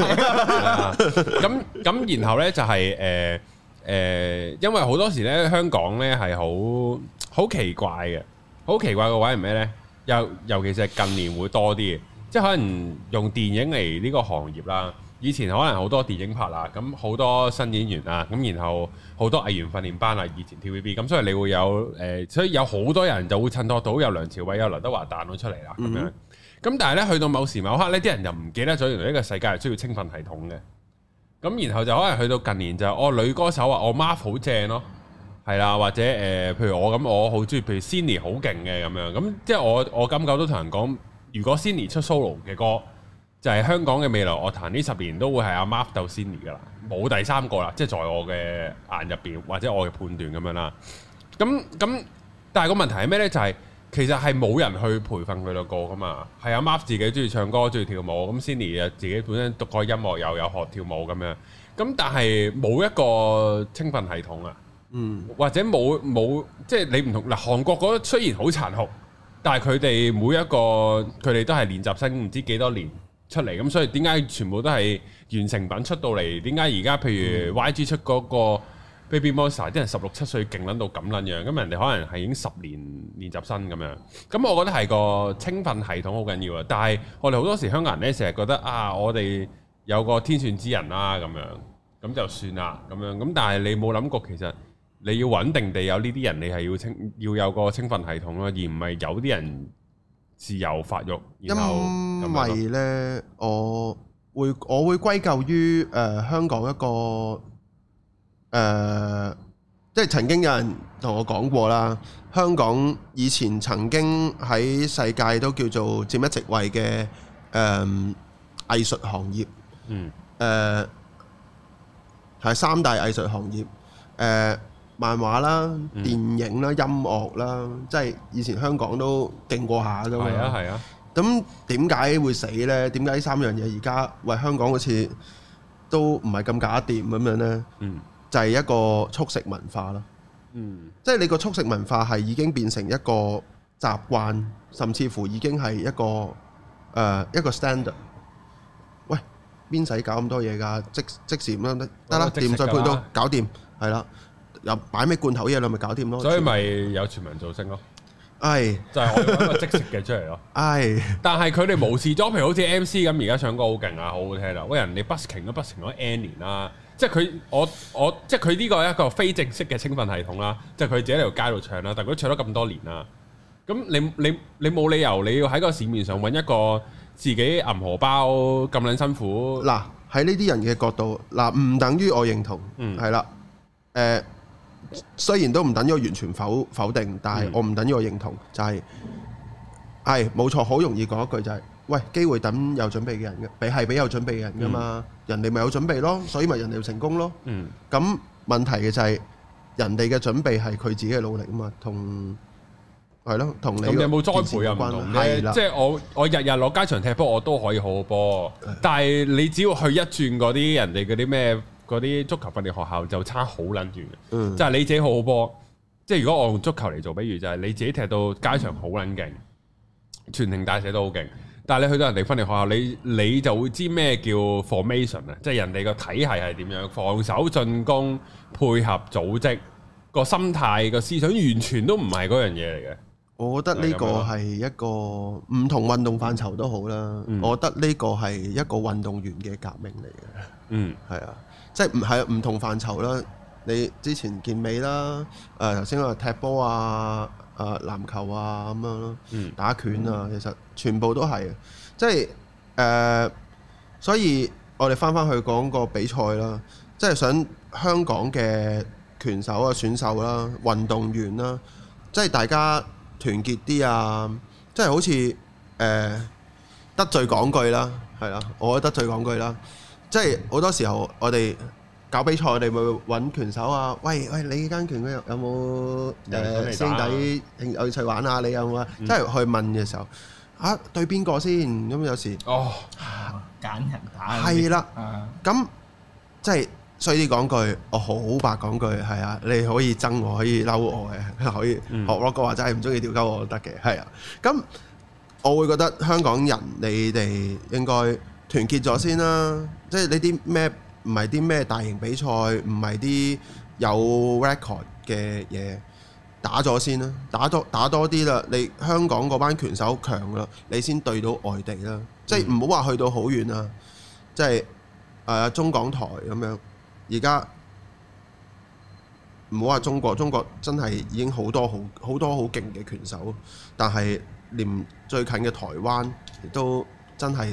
S1: 啊咁咁，然後咧就係誒誒，因為好多時咧香港咧係好好奇怪嘅，好奇怪個位係咩咧？尤尤其是係近年會多啲嘅，即係可能用電影嚟呢個行業啦。以前可能好多電影拍啦，咁好多新演員啊，咁然後好多藝員訓練班啊，以前 TVB，咁所以你會有誒、呃所以有好多人就會襯托到有梁朝偉、有劉德華彈咗出嚟啦，咁樣。咁但係咧，去到某時某刻呢啲人就唔記得咗，原來呢個世界係需要青訓系統嘅。咁然後就可能去到近年就哦女歌手啊，我 Mark 好正咯，係啦，或者誒、呃譬如我咁，我好中意，譬如 Cindy 好勁嘅咁樣，咁即係我我咁久都同人講，如果 Cindy 出 solo 嘅歌，就係、香港嘅未來樂壇呢十年都會係阿 Mark 鬥 Cindy 噶啦，冇第三個啦，即係在我嘅眼入邊或者我嘅判斷咁樣啦。咁咁，但係個問題係咩呢？就係、其實係冇人去培訓佢哋個噶嘛，係阿 Mark 自己中意唱歌，中意跳舞，咁 Cindy 啊自己本身讀過音樂，又有學跳舞咁樣，咁但係冇一個青訓系統啊，
S2: 嗯，
S1: 或者冇冇即係你唔同嗱，韓國嗰雖然好殘酷，但係佢哋每一個佢哋都係練習生唔知幾多年出嚟，咁所以點解全部都係完成品出到嚟？點解而家譬如 YG 出嗰、個？Baby Monster 啲人十六七歲勁撚到咁撚樣，咁人哋可能係已經十年練習生咁樣，咁我覺得係個青訓系統好緊要啊！但係我哋好多時香港人咧，成日覺得啊，我哋有個天選之人啦咁樣，咁就算啦咁樣。咁但係你冇諗過，其實你要穩定地有呢啲人，你係要青要有個青訓系統咯，而唔係有啲人自由發育，
S2: 因
S1: 然後咁樣咯
S2: 為咧，我會我會歸咎於誒、呃香港一個誒、呃即係曾經有人同我講過啦，香港以前曾經喺世界都叫做佔一席位嘅誒、呃、藝術行業。
S1: 嗯
S2: 誒呃係三大藝術行業，誒、呃漫畫啦、
S1: 嗯
S2: 電影啦、音樂啦，即係以前香港都勁過下噶嘛。
S1: 係啊係啊，
S2: 咁點解會死呢？點解呢三樣嘢而家喂香港好似都唔係咁搞得掂咁樣呢？
S1: 嗯
S2: 就係、一個速食文化啦。
S1: 嗯
S2: 即係你個速食文化係已經變成一個習慣，甚至乎已經係一個誒、呃一個 standard。喂，邊使搞咁多嘢㗎？即即時咁樣得得啦，
S1: 哦即食
S2: 掂
S1: 㗎
S2: 水
S1: 啦
S2: 配到搞掂，係啦。又擺咩罐頭嘢你咪搞掂咯。
S1: 所以咪有全民造星咯，
S2: 唉
S1: 就係我哋揾個即食嘅出嚟咯。
S2: 唉，
S1: 但係佢哋無視咗，譬如好似 MC 咁，而家唱歌好勁啊，好好聽啦。喂，人哋 busking 都 busking 咗 N 年啦，即係佢我我即係佢呢個係一個非正式嘅青訓系統啦，即係佢自己喺條街度唱啦，但係佢都唱咗咁多年啦。咁你你你冇理由你要喺個市面上揾一個自己銀荷包咁撚辛苦，
S2: 嗱喺呢啲人嘅角度，嗱唔等於我認同，
S1: 嗯
S2: 係啦。誒、雖然都唔等於我完全否否定，但係
S1: 嗯
S2: 我唔等於我認同，就係係冇錯，好容易講一句就係、喂，機會等有準備嘅人嘅，俾係俾有準備嘅人噶嘛，人哋咪有準備咯，所以咪人哋要成功咯。
S1: 嗯
S2: 咁問題嘅就係、人哋嘅準備係佢自己嘅努力啊嘛，同係咯，同你
S1: 咁你有冇栽
S2: 件事
S1: 培啊又唔
S2: 關啊
S1: 同
S2: 係
S1: 咧？
S2: 啦
S1: 即，係我我日日落街場踢波，我都可以好好波。但係你只要去一轉嗰啲人哋嗰啲咩嗰啲足球訓練學校，就差好撚遠嘅。
S2: 嗯
S1: 就係你自己好好波。即係如果我用足球嚟做比喻，就係、你自己踢到街場好撚勁，全城大寫都好勁。但係你去到人哋訓練學校，你你就會知咩叫 formation 啊，即係人哋個體系係點樣，防守、進攻、配合、組織、個心態、個思想，完全都唔係嗰樣嘢嚟嘅。
S2: 我覺得呢個係一個唔同運動範疇都好啦。
S1: 嗯
S2: 我覺得呢個係一個運動員嘅革命嚟
S1: 嗯
S2: 嘅，係啊，即係唔係唔同範疇啦。你之前健美啦，誒頭先話踢波啊，誒、啊籃球啊咁樣咯，
S1: 嗯
S2: 打拳啊，其實全部都係嘅，即係誒、呃所以我哋翻翻去講個比賽啦，即係想香港嘅拳手啊、選手啦、運動員啦，即係大家團結啲啊，即係好似誒、呃得罪講句啦，係啦，我覺得得罪講句啦，即係好多時候我哋。搞比賽，我哋咪揾拳手啊！喂喂，你間拳館有有冇呃
S1: 有人
S2: 誒師
S1: 想你打啊嗯
S2: 兄弟興有趣玩啊？你有冇啊？即係去問嘅時候，啊對邊個先？咁有時
S1: 哦，
S3: Ờ, 揀人打嗰啲
S2: 係啦。
S3: 啊，
S2: 咁即係衰啲講句，我好白講句，係啊，你可以憎我，可以嬲我嘅，可以
S1: 嗯
S2: 學我哥話齋唔中意吊鳩我都得嘅，係啊。咁我會覺得香港人你哋應該團結咗先啦，即係呢啲咩唔係啲咩大型比賽，唔係啲有 record 嘅嘢。打咗先啦，打多打多啲啦。你香港嗰班拳手強啦，你先對到外地啦。即係唔好話去到好遠啊，即係誒、呃中港台咁樣。而家唔好話中國，中國真係已經好多好好多好勁嘅拳手，但係連最近嘅台灣亦都真係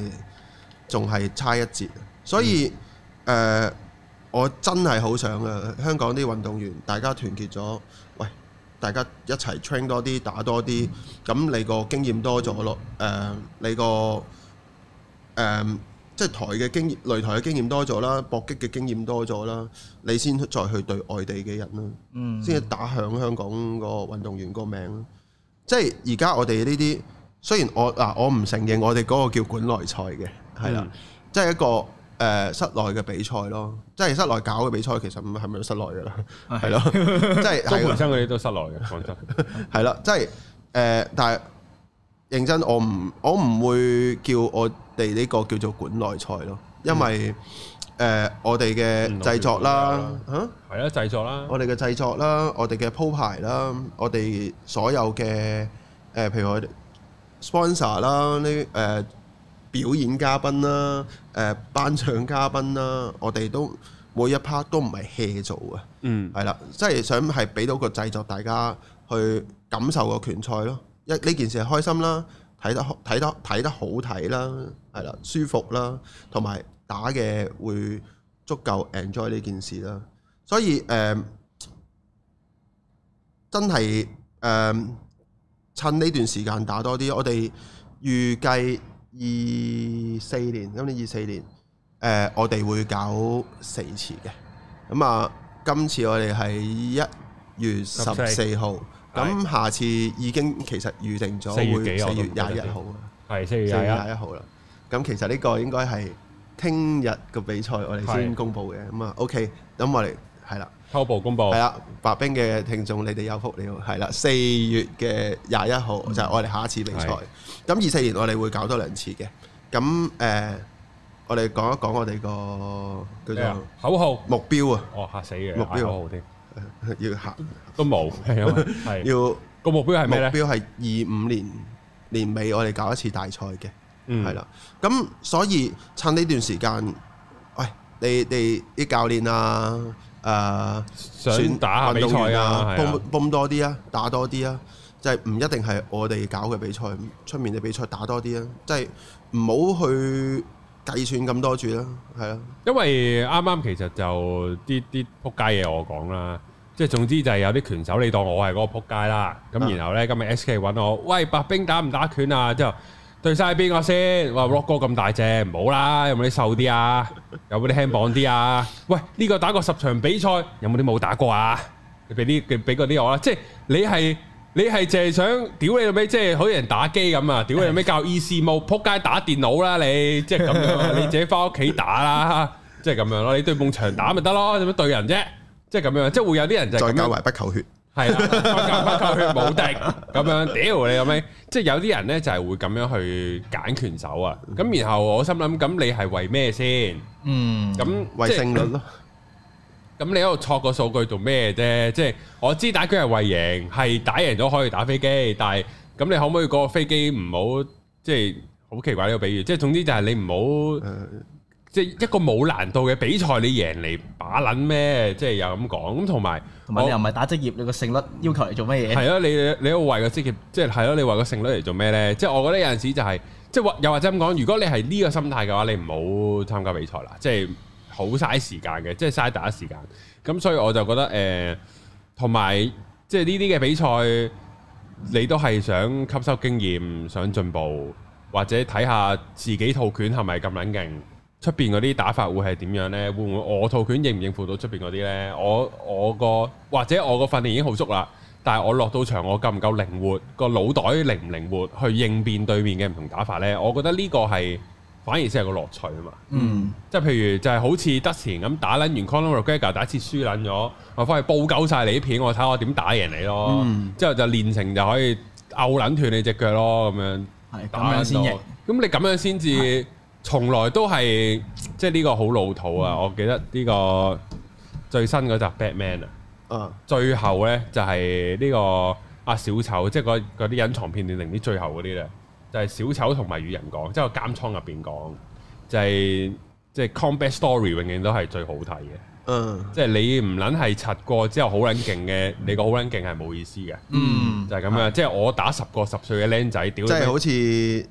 S2: 仲係差一截。所以誒、呃我真係好想啊，香港啲運動員大家團結咗，喂！大家一齊 train 多啲，打多啲，咁你個經驗多咗咯。誒、你個誒、即係台嘅經驗，擂台嘅經驗多咗啦，搏擊嘅經驗多咗啦，你先再去對外地嘅人啦，
S3: 嗯，
S2: 先至打響香港個運動員個名咯。即係而家我哋呢啲，雖然我嗱、啊我唔承認我哋嗰個叫館內賽嘅，係啦。
S1: 嗯
S2: 即係一個誒、呃室內嘅比賽咯，即係室內搞嘅比賽，其實唔係咪都室內㗎啦？係咯，即係啊
S1: 周
S2: 係
S1: 培
S2: 啦
S1: 生嗰啲都室內 嘅，講真，
S2: 係啦，即係誒、呃但係認真，我唔我唔會叫我哋呢個叫做館內賽咯，因為誒、呃我哋嘅製作啦，嚇、
S1: 係啦，製作啦，
S2: 我哋嘅製作啦，我哋嘅鋪排啦，我哋所有嘅誒、呃譬如我哋 sponsor 啦，呢誒、呃表演嘉賓啦，誒、呃、頒獎嘉賓啦，我哋都每一 part 都唔係 hea 做嘅，
S1: 嗯，
S2: 係啦，即係想係俾到個製作大家去感受個拳賽咯，一呢件事係開心啦，睇得開睇得睇得好睇啦，係啦，舒服啦，同埋打嘅會足夠 enjoy 呢件事啦，所以誒、嗯真係誒、嗯趁呢段時間打多啲，我哋預計二四年，今年二四年誒、呃我哋會搞四次嘅。咁啊，今次我哋係一月十四號，咁下次已經其實預定咗
S1: 四月
S2: 會
S1: 幾我
S2: 四
S1: 都唔
S2: 月
S1: 記得
S2: 廿一
S1: 添
S2: 號啊，
S1: 係四
S2: 四
S1: 月
S2: 月
S1: 廿
S2: 廿
S1: 一，
S2: 一號啦。咁其實呢個應該係聽日個比賽我哋先公佈嘅，咁啊 OK，咁我哋係啦，
S1: 初步公佈
S2: 係，啊啦，白冰嘅聽眾你哋有福了，係啦，四月嘅廿一號就係我哋下一次比賽
S1: 嗯係，
S2: 咁二四年我哋會搞多兩次嘅，咁誒，我哋講一講我哋個
S1: 咩
S2: 叫
S1: 啊
S2: 做
S1: 口號，
S2: 目標啊，
S1: 哦嚇死嘅，
S2: 目
S1: 目
S2: 標
S1: 口號添，
S2: 要行。
S1: 都冇，係因為 係
S2: 要
S1: 個目標係
S2: 目
S1: 咩咧？
S2: 標係二五年年尾我哋搞一次大賽嘅，
S1: 嗯
S2: 係啦、咁所以趁呢段時間，喂，你哋啲教練啊，誒、
S1: 想打下比
S2: 運動
S1: 賽
S2: 員
S1: 啊，係啊
S2: 泵泵多啲啊，打多啲啊，即係唔一定係我哋搞嘅比賽，出面嘅比賽打多啲啊，即係唔好去計算咁多住啦，係啊啦，
S1: 因為啱啱其實就啲啲撲街嘢我講啦，即係總之就係有啲拳手你當我係嗰個撲街啦，
S2: 啊
S1: 咁然後呢，今日 SK 揾我，喂白冰打唔打拳啊？之後對晒邊個先？話 Rock 哥咁大隻，唔好啦，有冇啲瘦啲啊？有冇啲輕磅啲啊？喂呢、個打過十場比賽，有冇啲冇打過啊？你俾啲俾嗰啲我啦，即係你係。你係淨係想屌你老味，即係好似人打機咁啊！屌你老味教 E C 冇，撲街打電腦啦你，即係咁樣啊，你自己翻屋企打啦，即係咁樣咯。你對埲牆打咪得咯，做乜對人啫？即係咁樣，即係會有啲人就係
S2: 再
S1: 咁
S2: 加
S1: 樣
S2: 埋不求血，
S1: 係啦，不夠不夠血冇敵咁樣，屌你有咩？即係有啲人咧就係會咁樣去揀拳手啊。咁然後我心諗，咁你係為咩先？
S3: 嗯，
S1: 咁
S2: 為
S1: 即係
S2: 勝率咯，
S1: 咁你喺度錯個數據做咩啫？即係我知打機係為贏，係打贏咗可以打飛機，但係咁你可唔可以個飛機唔好即係好奇怪呢個比喻？即係總之就係你唔好
S2: 誒
S1: 即係一個冇難度嘅比賽，你贏嚟把撚咩？即係又咁講，咁同埋
S3: 同埋
S1: 我
S3: 你又唔係打職業，你個勝率要求嚟做乜嘢？
S1: 係咯，啊你你都為個職業，即係係咯，你為個勝率嚟做咩咧？即係我覺得有陣時就係、即係或又或者咁講，如果你係呢個心態嘅話，你唔好參加比賽啦，即係好嘥時間嘅，即係嘥大家時間。咁所以我就覺得誒，同、埋即係呢啲嘅比賽，你都係想吸收經驗，想進步，或者睇下自己套拳係咪咁撚勁。出邊嗰啲打法會係點樣呢？會唔會我套拳應唔應付到出邊嗰啲呢？我我個或者我個訓練已經好足啦，但係我落到場我夠唔夠靈活？個腦袋靈唔靈活去應變對面嘅唔同打法呢？我覺得呢個係反而先係個樂趣啊嘛！
S3: 嗯，
S1: 即係譬如就係好似得前咁打撚完 Conor McGregor 打一次輸撚咗，我翻去煲鳩晒你啲片，我睇我點打贏你咯。
S2: 嗯
S1: 之後就練成就可以拗撚斷你只腳咯，咁樣。
S3: 係
S1: 打
S3: 咁樣先
S1: 到
S3: 贏。
S1: 咁你咁樣先至，從來都係即係呢個好老土啊！我記得呢個最新嗰集 Batman 啊，
S2: 啊，
S1: 最後呢就係呢個阿小丑，即係嗰嗰啲隱藏片段定唔知最後嗰啲呢，就係小丑同埋與人講，即係個監倉入邊講，就係即係 combat story 永遠都係最好睇嘅。
S2: 嗯，
S1: 即係你唔撚係柒過之後好撚勁嘅，你個好撚勁係冇意思嘅，
S3: 嗯，
S1: 就係咁樣。即係我打十個十歲嘅僆仔，屌
S2: 即
S1: 你
S2: 係好似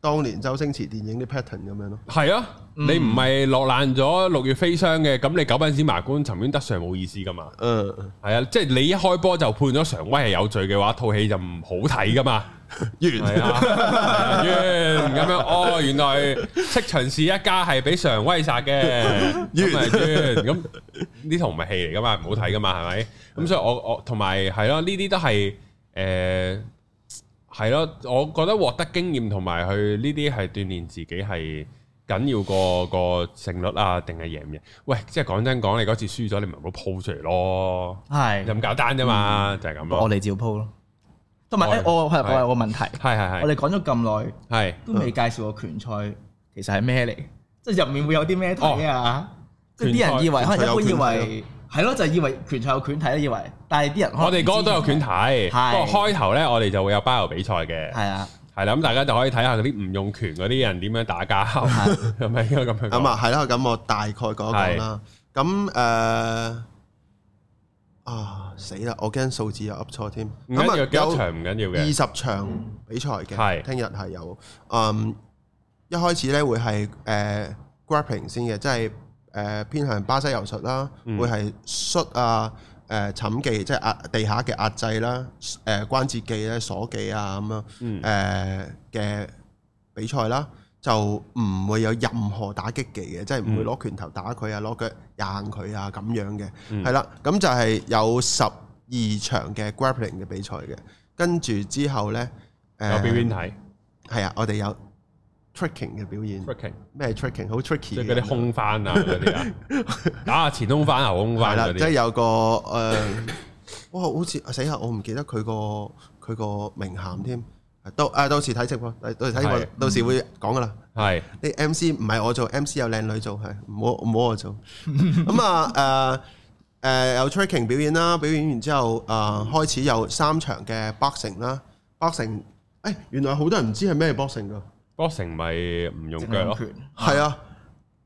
S2: 當年周星馳電影啲 pattern 咁樣咯。
S1: 係啊，你唔係落爛咗六月飛霜嘅，咁你九品芝麻官沉冤得雪係冇意思噶嘛？
S2: 嗯，
S1: 係啊，即係你一開波就判咗常威係有罪嘅話，套戲就唔好睇噶嘛。係
S2: 完
S1: 啊，完咁樣哦，原來戚秦氏一家係俾常威殺嘅，咁咪完咁呢套唔係戲嚟噶嘛，唔好睇噶嘛，係咪？咁所以我我同埋係咯，呢啲都係誒係咯，我覺得獲得經驗同埋去呢啲係鍛鍊自己係。緊要過個勝率啊，定係贏唔贏？喂，即係講真講，你嗰次輸咗，你咪唔好 po 出嚟咯，就
S3: 係，
S1: 咁簡單啫嘛，就係咁
S3: 嗯我
S1: 咯。
S3: 哋照鋪咯。同埋
S1: 我哋
S3: 咧，我係
S1: 係
S3: 我有個問題，
S1: 係係
S3: 我
S1: 係
S3: 哋講咗咁耐，
S1: 係。
S3: 都未介紹過拳賽其實係咩嚟，即係入面會有啲咩睇啊？即
S1: 拳
S3: 係啲
S1: 賽
S3: 人以為可能一般
S2: 拳賽有
S3: 以
S2: 拳
S3: 為係咯，就係以為拳賽有拳睇啦，以為，但係啲人可能
S1: 我哋嗰個都有拳睇，
S3: 睇，哦係
S1: 不過開頭咧我哋就會有包郵比賽嘅，
S3: 係啊，
S1: 係啦，咁大家就可以睇下嗰啲唔用拳嗰啲人點樣打交，係咪應該咁樣
S2: 咁
S1: 講？
S2: 啊，係啦，咁我大概講一講啦。咁誒啊死啦！我驚數字又噏錯添。啊
S1: 唔緊要，幾多
S2: 有
S1: 場唔緊要
S2: 二
S1: 嘅，
S2: 十場比賽
S1: 係
S2: 嘅，聽日係有。嗯，一開始咧會係誒、呃 grappling 先嘅，即係誒、呃、偏向巴西柔術啦，
S1: 嗯
S2: 會係摔啊、誒沉技，即係壓地下嘅壓制啦、誒、關節技咧、鎖技啊咁樣
S1: 嗯
S2: 誒呃嘅比賽啦。就唔會有任何打擊技嘅，即係唔會
S1: 嗯
S2: 攞拳頭打佢啊，攞腳硬佢啊咁樣嘅。
S1: 嗯
S2: 係啦，咁就係有十二場嘅 grappling 嘅比賽嘅，跟住之後呢，誒
S1: 有表演睇
S2: 係啊，我哋有 tricking 嘅表演
S3: 嗯
S1: f，r i c k i n g
S2: 咩 tricking 好 tricky
S1: 即係
S2: 嘅
S1: 嗰啲空翻啊嗰 啲啊，打下前空翻、後空
S2: 係
S1: 翻
S2: 啦，
S1: 嗰
S2: 即係
S1: 啲，
S2: 有個誒，哇，好似啊死下我唔記得佢個佢個名銜添，到啊到時睇直播，到時睇直播
S1: 係，
S2: 到時會講噶啦。
S1: 係
S2: 你 MC 唔係我做，MC 有靚女做，係唔好唔好我做。 咁啊誒誒有 tricking 表演啦，表演完之後啊、開始有三場嘅 boxing 啦，boxing 誒、原來好多人唔知係咩 boxing 㗎，
S1: boxing 咪唔用腳咯，
S3: 拳
S2: 係啊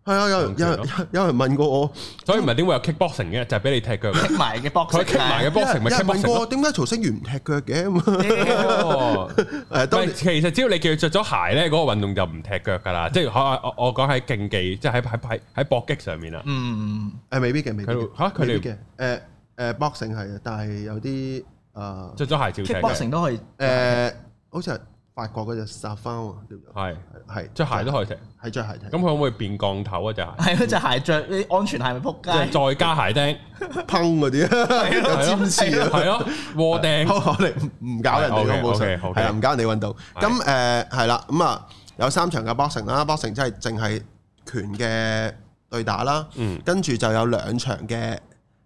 S2: 係啊，有人有人有人問過我，
S1: 所以唔係點會有 kickboxing 嘅，就係俾你踢腳嘅，
S3: 棘埋嘅 box，
S1: 佢棘埋嘅 boxing 咪
S2: 有人問
S1: kickboxing
S2: 過我
S1: 咯。
S2: 點解曹星如唔踢腳 嘅咁啊
S1: 哦
S2: 誒當
S1: 唔係
S2: 年
S1: 其實只要你叫佢着咗鞋咧，嗰個運動就唔踢腳噶啦。即係我我我講喺競技，即係喺喺喺喺搏擊上面啊。
S3: 嗯，
S2: 誒未必嘅，未必
S1: 佢
S2: 嘅
S1: 嚇佢哋
S2: 未必嘅誒誒 boxing 係啊，但係有啲啊
S1: 着咗鞋照踢
S3: 棘
S1: 嘅
S3: boxing 都可以，
S2: 誒，呃好似係法國嗰只 s a f a 喎，啊叫做
S1: 係
S2: 係
S1: 着鞋都可以踢。
S2: 係着鞋踢。
S1: 咁佢可唔可以變降頭啊？隻鞋，
S3: 係咯，隻鞋着啲安全鞋咪
S1: 即係
S3: 撲
S1: 再
S3: 街，
S1: 加鞋釘，
S2: 烹嗰啲，啊有尖刺啊！
S1: 係咯，窩 釘
S2: 我哋唔搞人哋嘅武術，
S1: OK，OK，OK
S2: 係啊，唔搞人哋運動。
S1: 係
S2: 咁誒係啦，咁啊有三場嘅 boxing 啦，boxing 即係淨係拳嘅對打啦。
S1: 嗯
S2: 跟住就有兩場嘅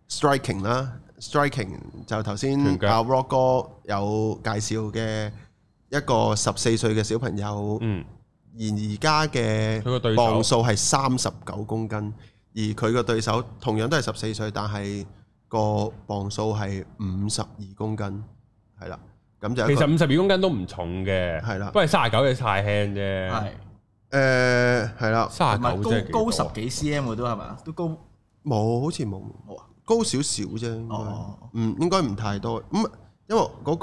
S2: striking 啦，striking 就頭先
S1: 拳腳
S2: 阿 Rock 哥有介紹嘅一個十四歲嘅小朋友。
S1: 嗯，
S2: 而而家
S1: 佢個對
S2: 嘅
S1: 手
S2: 磅數係三十九公斤，而佢個對手同樣都係十四歲，但係個磅數係五十二公斤，係啦。咁就
S1: 其
S2: 一個
S1: 實五十二公斤都唔重嘅，
S2: 係啦
S1: 不過三十九嘅太輕啫，
S3: 係
S2: 誒係啦，
S1: 三
S3: 同埋
S1: 十九啫，
S3: 高高十幾 cm 喎都係嘛？都高
S2: 冇好似冇
S3: 冇啊？
S2: 高少少啫，應該
S3: 哦
S2: 嗯應該唔太多。咁因為嗰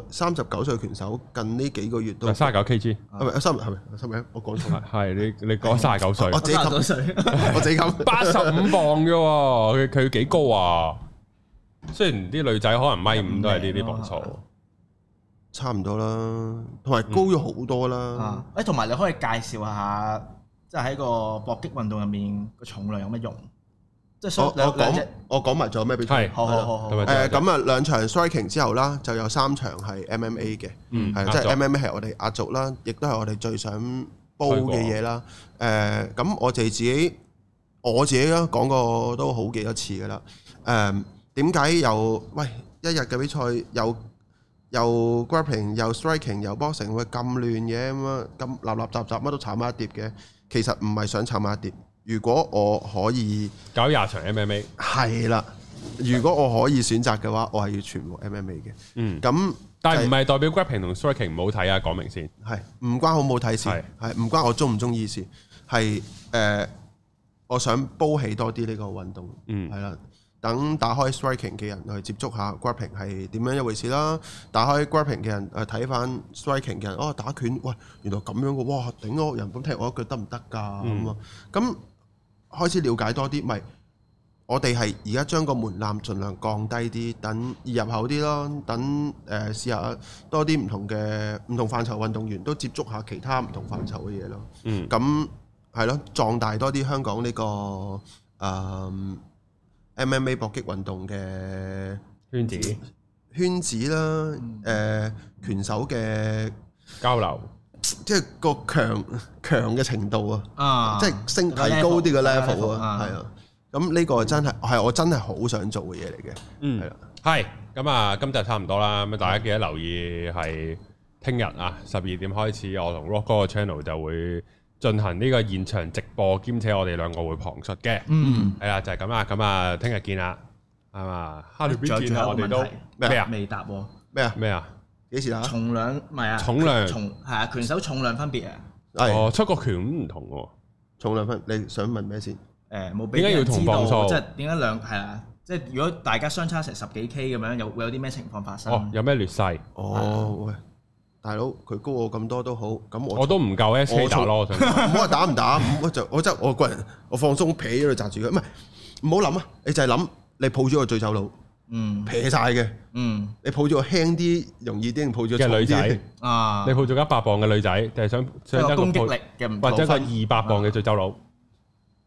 S2: 個三十九歲拳手近呢幾個月都
S1: 三十九 kg，
S2: 係咪三係咪三咪？我講錯，
S1: 係你你講三十九歲，
S2: 我自己
S3: 到
S2: 冚，
S3: 水，
S2: 我自己冚。
S1: 八十五磅啫喎，佢佢幾高啊？雖然啲女仔可能米五都係呢啲磅數，
S2: 差唔多啦，同埋高咗好多啦。
S3: 啊！誒，同埋你可以介紹下，即係喺個搏擊運動入面個重量有乜用？
S2: 我
S3: 即係所
S2: 我
S3: 兩兩
S2: 講
S3: 隻，
S2: 我講埋仲有咩比賽？
S1: 係
S3: 好好好好
S1: 同埋
S2: 誒咁啊，兩場 striking 之後啦，就有三場係 MMA 嘅，
S1: 嗯
S2: 係
S1: 壓
S2: 即係
S1: 軸
S2: MMA 係我哋壓軸啦，亦都係我哋最想煲嘅嘢啦。誒咁我哋自己我自己啦講過都好幾多次噶啦。誒點解又喂一日嘅比賽又又 grappling 又 striking 又 boxing 會咁亂嘅咁啊咁立立雜雜乜都炒埋一碟嘅？其實唔係想炒埋一碟。如果我可以
S1: 搞廿場 MMA，
S2: 係啦，如果我可以選擇嘅話，我係要全部 MMA 嘅。
S1: 嗯，
S2: 咁
S1: 但係唔係代表 grappling 同 striking 唔好睇啊？講明先，
S2: 係唔關好唔好睇事
S1: 係，
S2: 係唔關我中唔中意事，係誒、呃我想煲起多啲呢個運動，
S1: 嗯
S2: 係啦。等打開 striking 嘅人去接觸下 grappling 係點樣一回事啦，打開 grappling 嘅人誒睇翻 striking 嘅人，哦打拳，喂原來咁樣嘅，哇頂我人咁踢我一腳得唔得㗎
S1: 嗯
S2: 咁啊？咁開始了解多啲，咪我哋係而家將個門檻盡量降低啲，等易入口啲咯，等誒試下多啲唔同嘅唔同範疇運動員都接觸下其他唔同範疇嘅嘢咯。
S1: 嗯
S2: 咁係咯，壯大多啲香港呢、個誒、嗯 MMA 搏擊運動嘅
S1: 圈子
S2: 圈子啦，誒、嗯拳手嘅
S1: 交流，
S2: 即係個強強嘅程度啊！
S3: 啊，
S2: 即係升提高啲嘅 level 啊，係
S3: 係啊，
S2: 啊。咁呢個真係係我真係好想做嘅嘢嚟嘅，
S1: 嗯
S2: 係啦。
S1: 係咁啊，今集差唔多啦，咁大家記得留意係聽日啊，十二點開始，我同 Rock 哥個 channel 就會進行呢個現場直播，兼且我哋兩個會旁述嘅，
S3: 嗯。
S1: 係啦，就係咁啦，咁啊，聽日見啦，係嘛，哈利邊
S3: 仲有
S1: 見
S3: 最
S1: 啦，
S3: 後
S1: 我
S3: 一個
S1: 哋都
S3: 問題
S1: 咩啊
S3: 未答喎，
S2: 咩啊？
S1: 咩啊，
S2: 幾時打？
S3: 重量唔係啊，
S1: 重量
S3: 重係啊，拳手重量分別啊，
S2: 係
S1: 哦，出個拳唔同喎。哦
S2: 哎重量分，你想問咩先？
S3: 誒冇俾
S1: 點解要
S3: 人知
S1: 同
S3: 道
S1: 磅數
S3: 即係點解兩係啊？即係如果大家相差成十幾 K 咁樣，有會有啲咩情況發生？
S1: 哦，有咩劣勢？
S2: 哦，喂，大佬佢高我咁多都好，咁我
S1: 我都唔夠 S K
S2: 我
S1: 打咯，我想講
S2: 唔好話打唔打，唔我就我真係我個人我放鬆皮喺度擲住佢，唔係唔好諗啊！你就係諗你抱住個醉酒佬
S3: 嗯
S2: 撇晒嘅，
S3: 嗯
S2: 你抱住個輕啲容易啲，定抱住個重
S1: 嘅女
S2: 啲
S1: 仔，
S3: 啊，
S1: 你抱住一百磅嘅女仔，就係想
S3: 即係
S1: 想
S3: 個
S1: 得個
S3: 攻擊
S1: 抱
S3: 力嘅唔
S1: 或者一個
S3: 同
S1: 二百磅嘅醉酒佬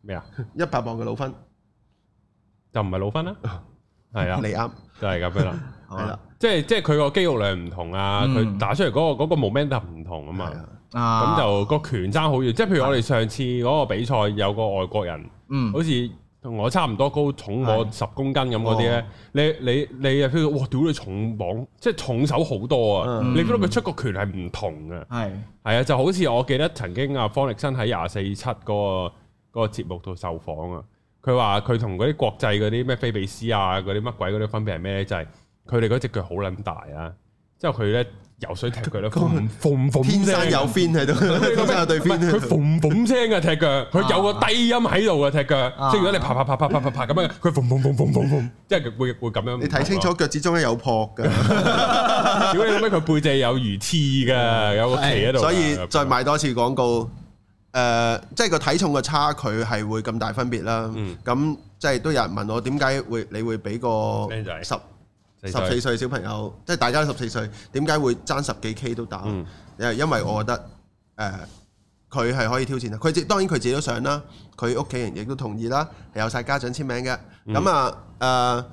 S1: 咩啊？
S2: 一百磅嘅老分
S1: 就唔係老分啦，係啊
S2: 你，啱
S1: 就係咁樣啦。
S3: 好
S2: 係啦
S3: 啊，
S1: 即係即係佢個肌肉量唔同啊，
S3: 嗯
S1: 佢打出嚟嗰個嗰個 momentum 唔同啊
S2: 係
S1: 嘛
S2: 啊，，
S3: 啊
S1: 咁就個拳爭好遠。即係譬如我哋上次嗰個比賽有個外國人，
S3: 嗯
S1: 好似同我差唔多高，重我
S3: 係哦
S1: 十公斤咁嗰啲咧，你你你啊，譬如哇，屌你重磅，即係重手好多啊！
S2: 嗯
S1: 你 feel 到佢出個拳係唔同嘅，
S3: 係
S1: 係啊，就好似我記得曾經啊，方力申喺廿四七嗰個嗰個節目度受訪啊，佢話佢同嗰啲國際嗰啲咩菲比斯啊嗰啲乜鬼嗰啲分別係咩咧？就係佢哋嗰只腳好撚大啊，之後佢咧游水踢腳咧，縫縫縫
S2: 天生
S1: 聲
S2: 有 fin 喺度， 天生有對啊
S1: 唔係
S2: fin 喺
S1: 佢
S2: 度。
S1: 縫縫聲嘅踢腳，佢有個低音喺度嘅踢腳，
S3: 啊
S1: 即係如果你啪啪啪啪啪啪啪咁樣，佢縫縫縫縫縫縫，即係會會咁樣。
S2: 你睇清楚，腳趾中間有 破㗎，
S1: 屌你咩？佢背脊有魚刺㗎，啊有個旗喺度㗎。
S2: 所以再賣多次廣告。誒、即係個體重嘅差距係會咁大分別啦。咁、即係都有人問我點解會你會俾個
S1: 靚仔
S2: 十
S1: 十
S2: 十四歲小朋友，即係大家都十四歲，點解會爭十幾 K 都打？
S1: 嗯
S2: 誒，因為我覺得誒，佢、係可以挑戰啦。佢自當然佢自己都想啦，佢屋企人亦都同意啦，係有晒家長簽名嘅。咁、啊誒、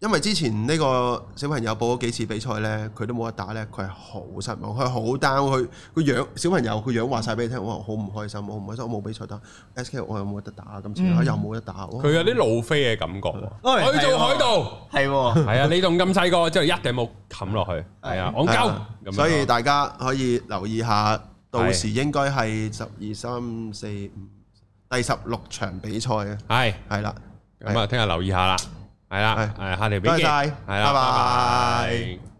S2: 因為之前呢個小朋友報咗幾次比賽呢，佢都冇得打呢，佢係好失望，佢好 down，佢個樣小朋友個樣話晒俾你聽，我好唔開心，我唔開心，我冇比賽打，SK 我又冇得打，今次、啊
S3: 嗯
S2: 又冇得打，哇
S1: 佢有啲路飛嘅感覺喎。
S3: 喂
S1: 佢做海盜，
S3: 係喎，
S1: 係啊！你仲咁細個，之後一頂帽冚落去，係啊，戇鳩
S2: 啊
S1: 咁樣咯。
S2: 所以大家可以留意下，到時應該係十二、三、四、五，第十六場比賽嘅，
S1: 係
S2: 係啦。
S1: 咁啊，聽日留意下啦。係啦，
S2: 係
S1: 誒，下條片
S2: 多謝
S1: 見
S2: 晒
S1: 係啦，
S2: 拜拜
S1: 拜拜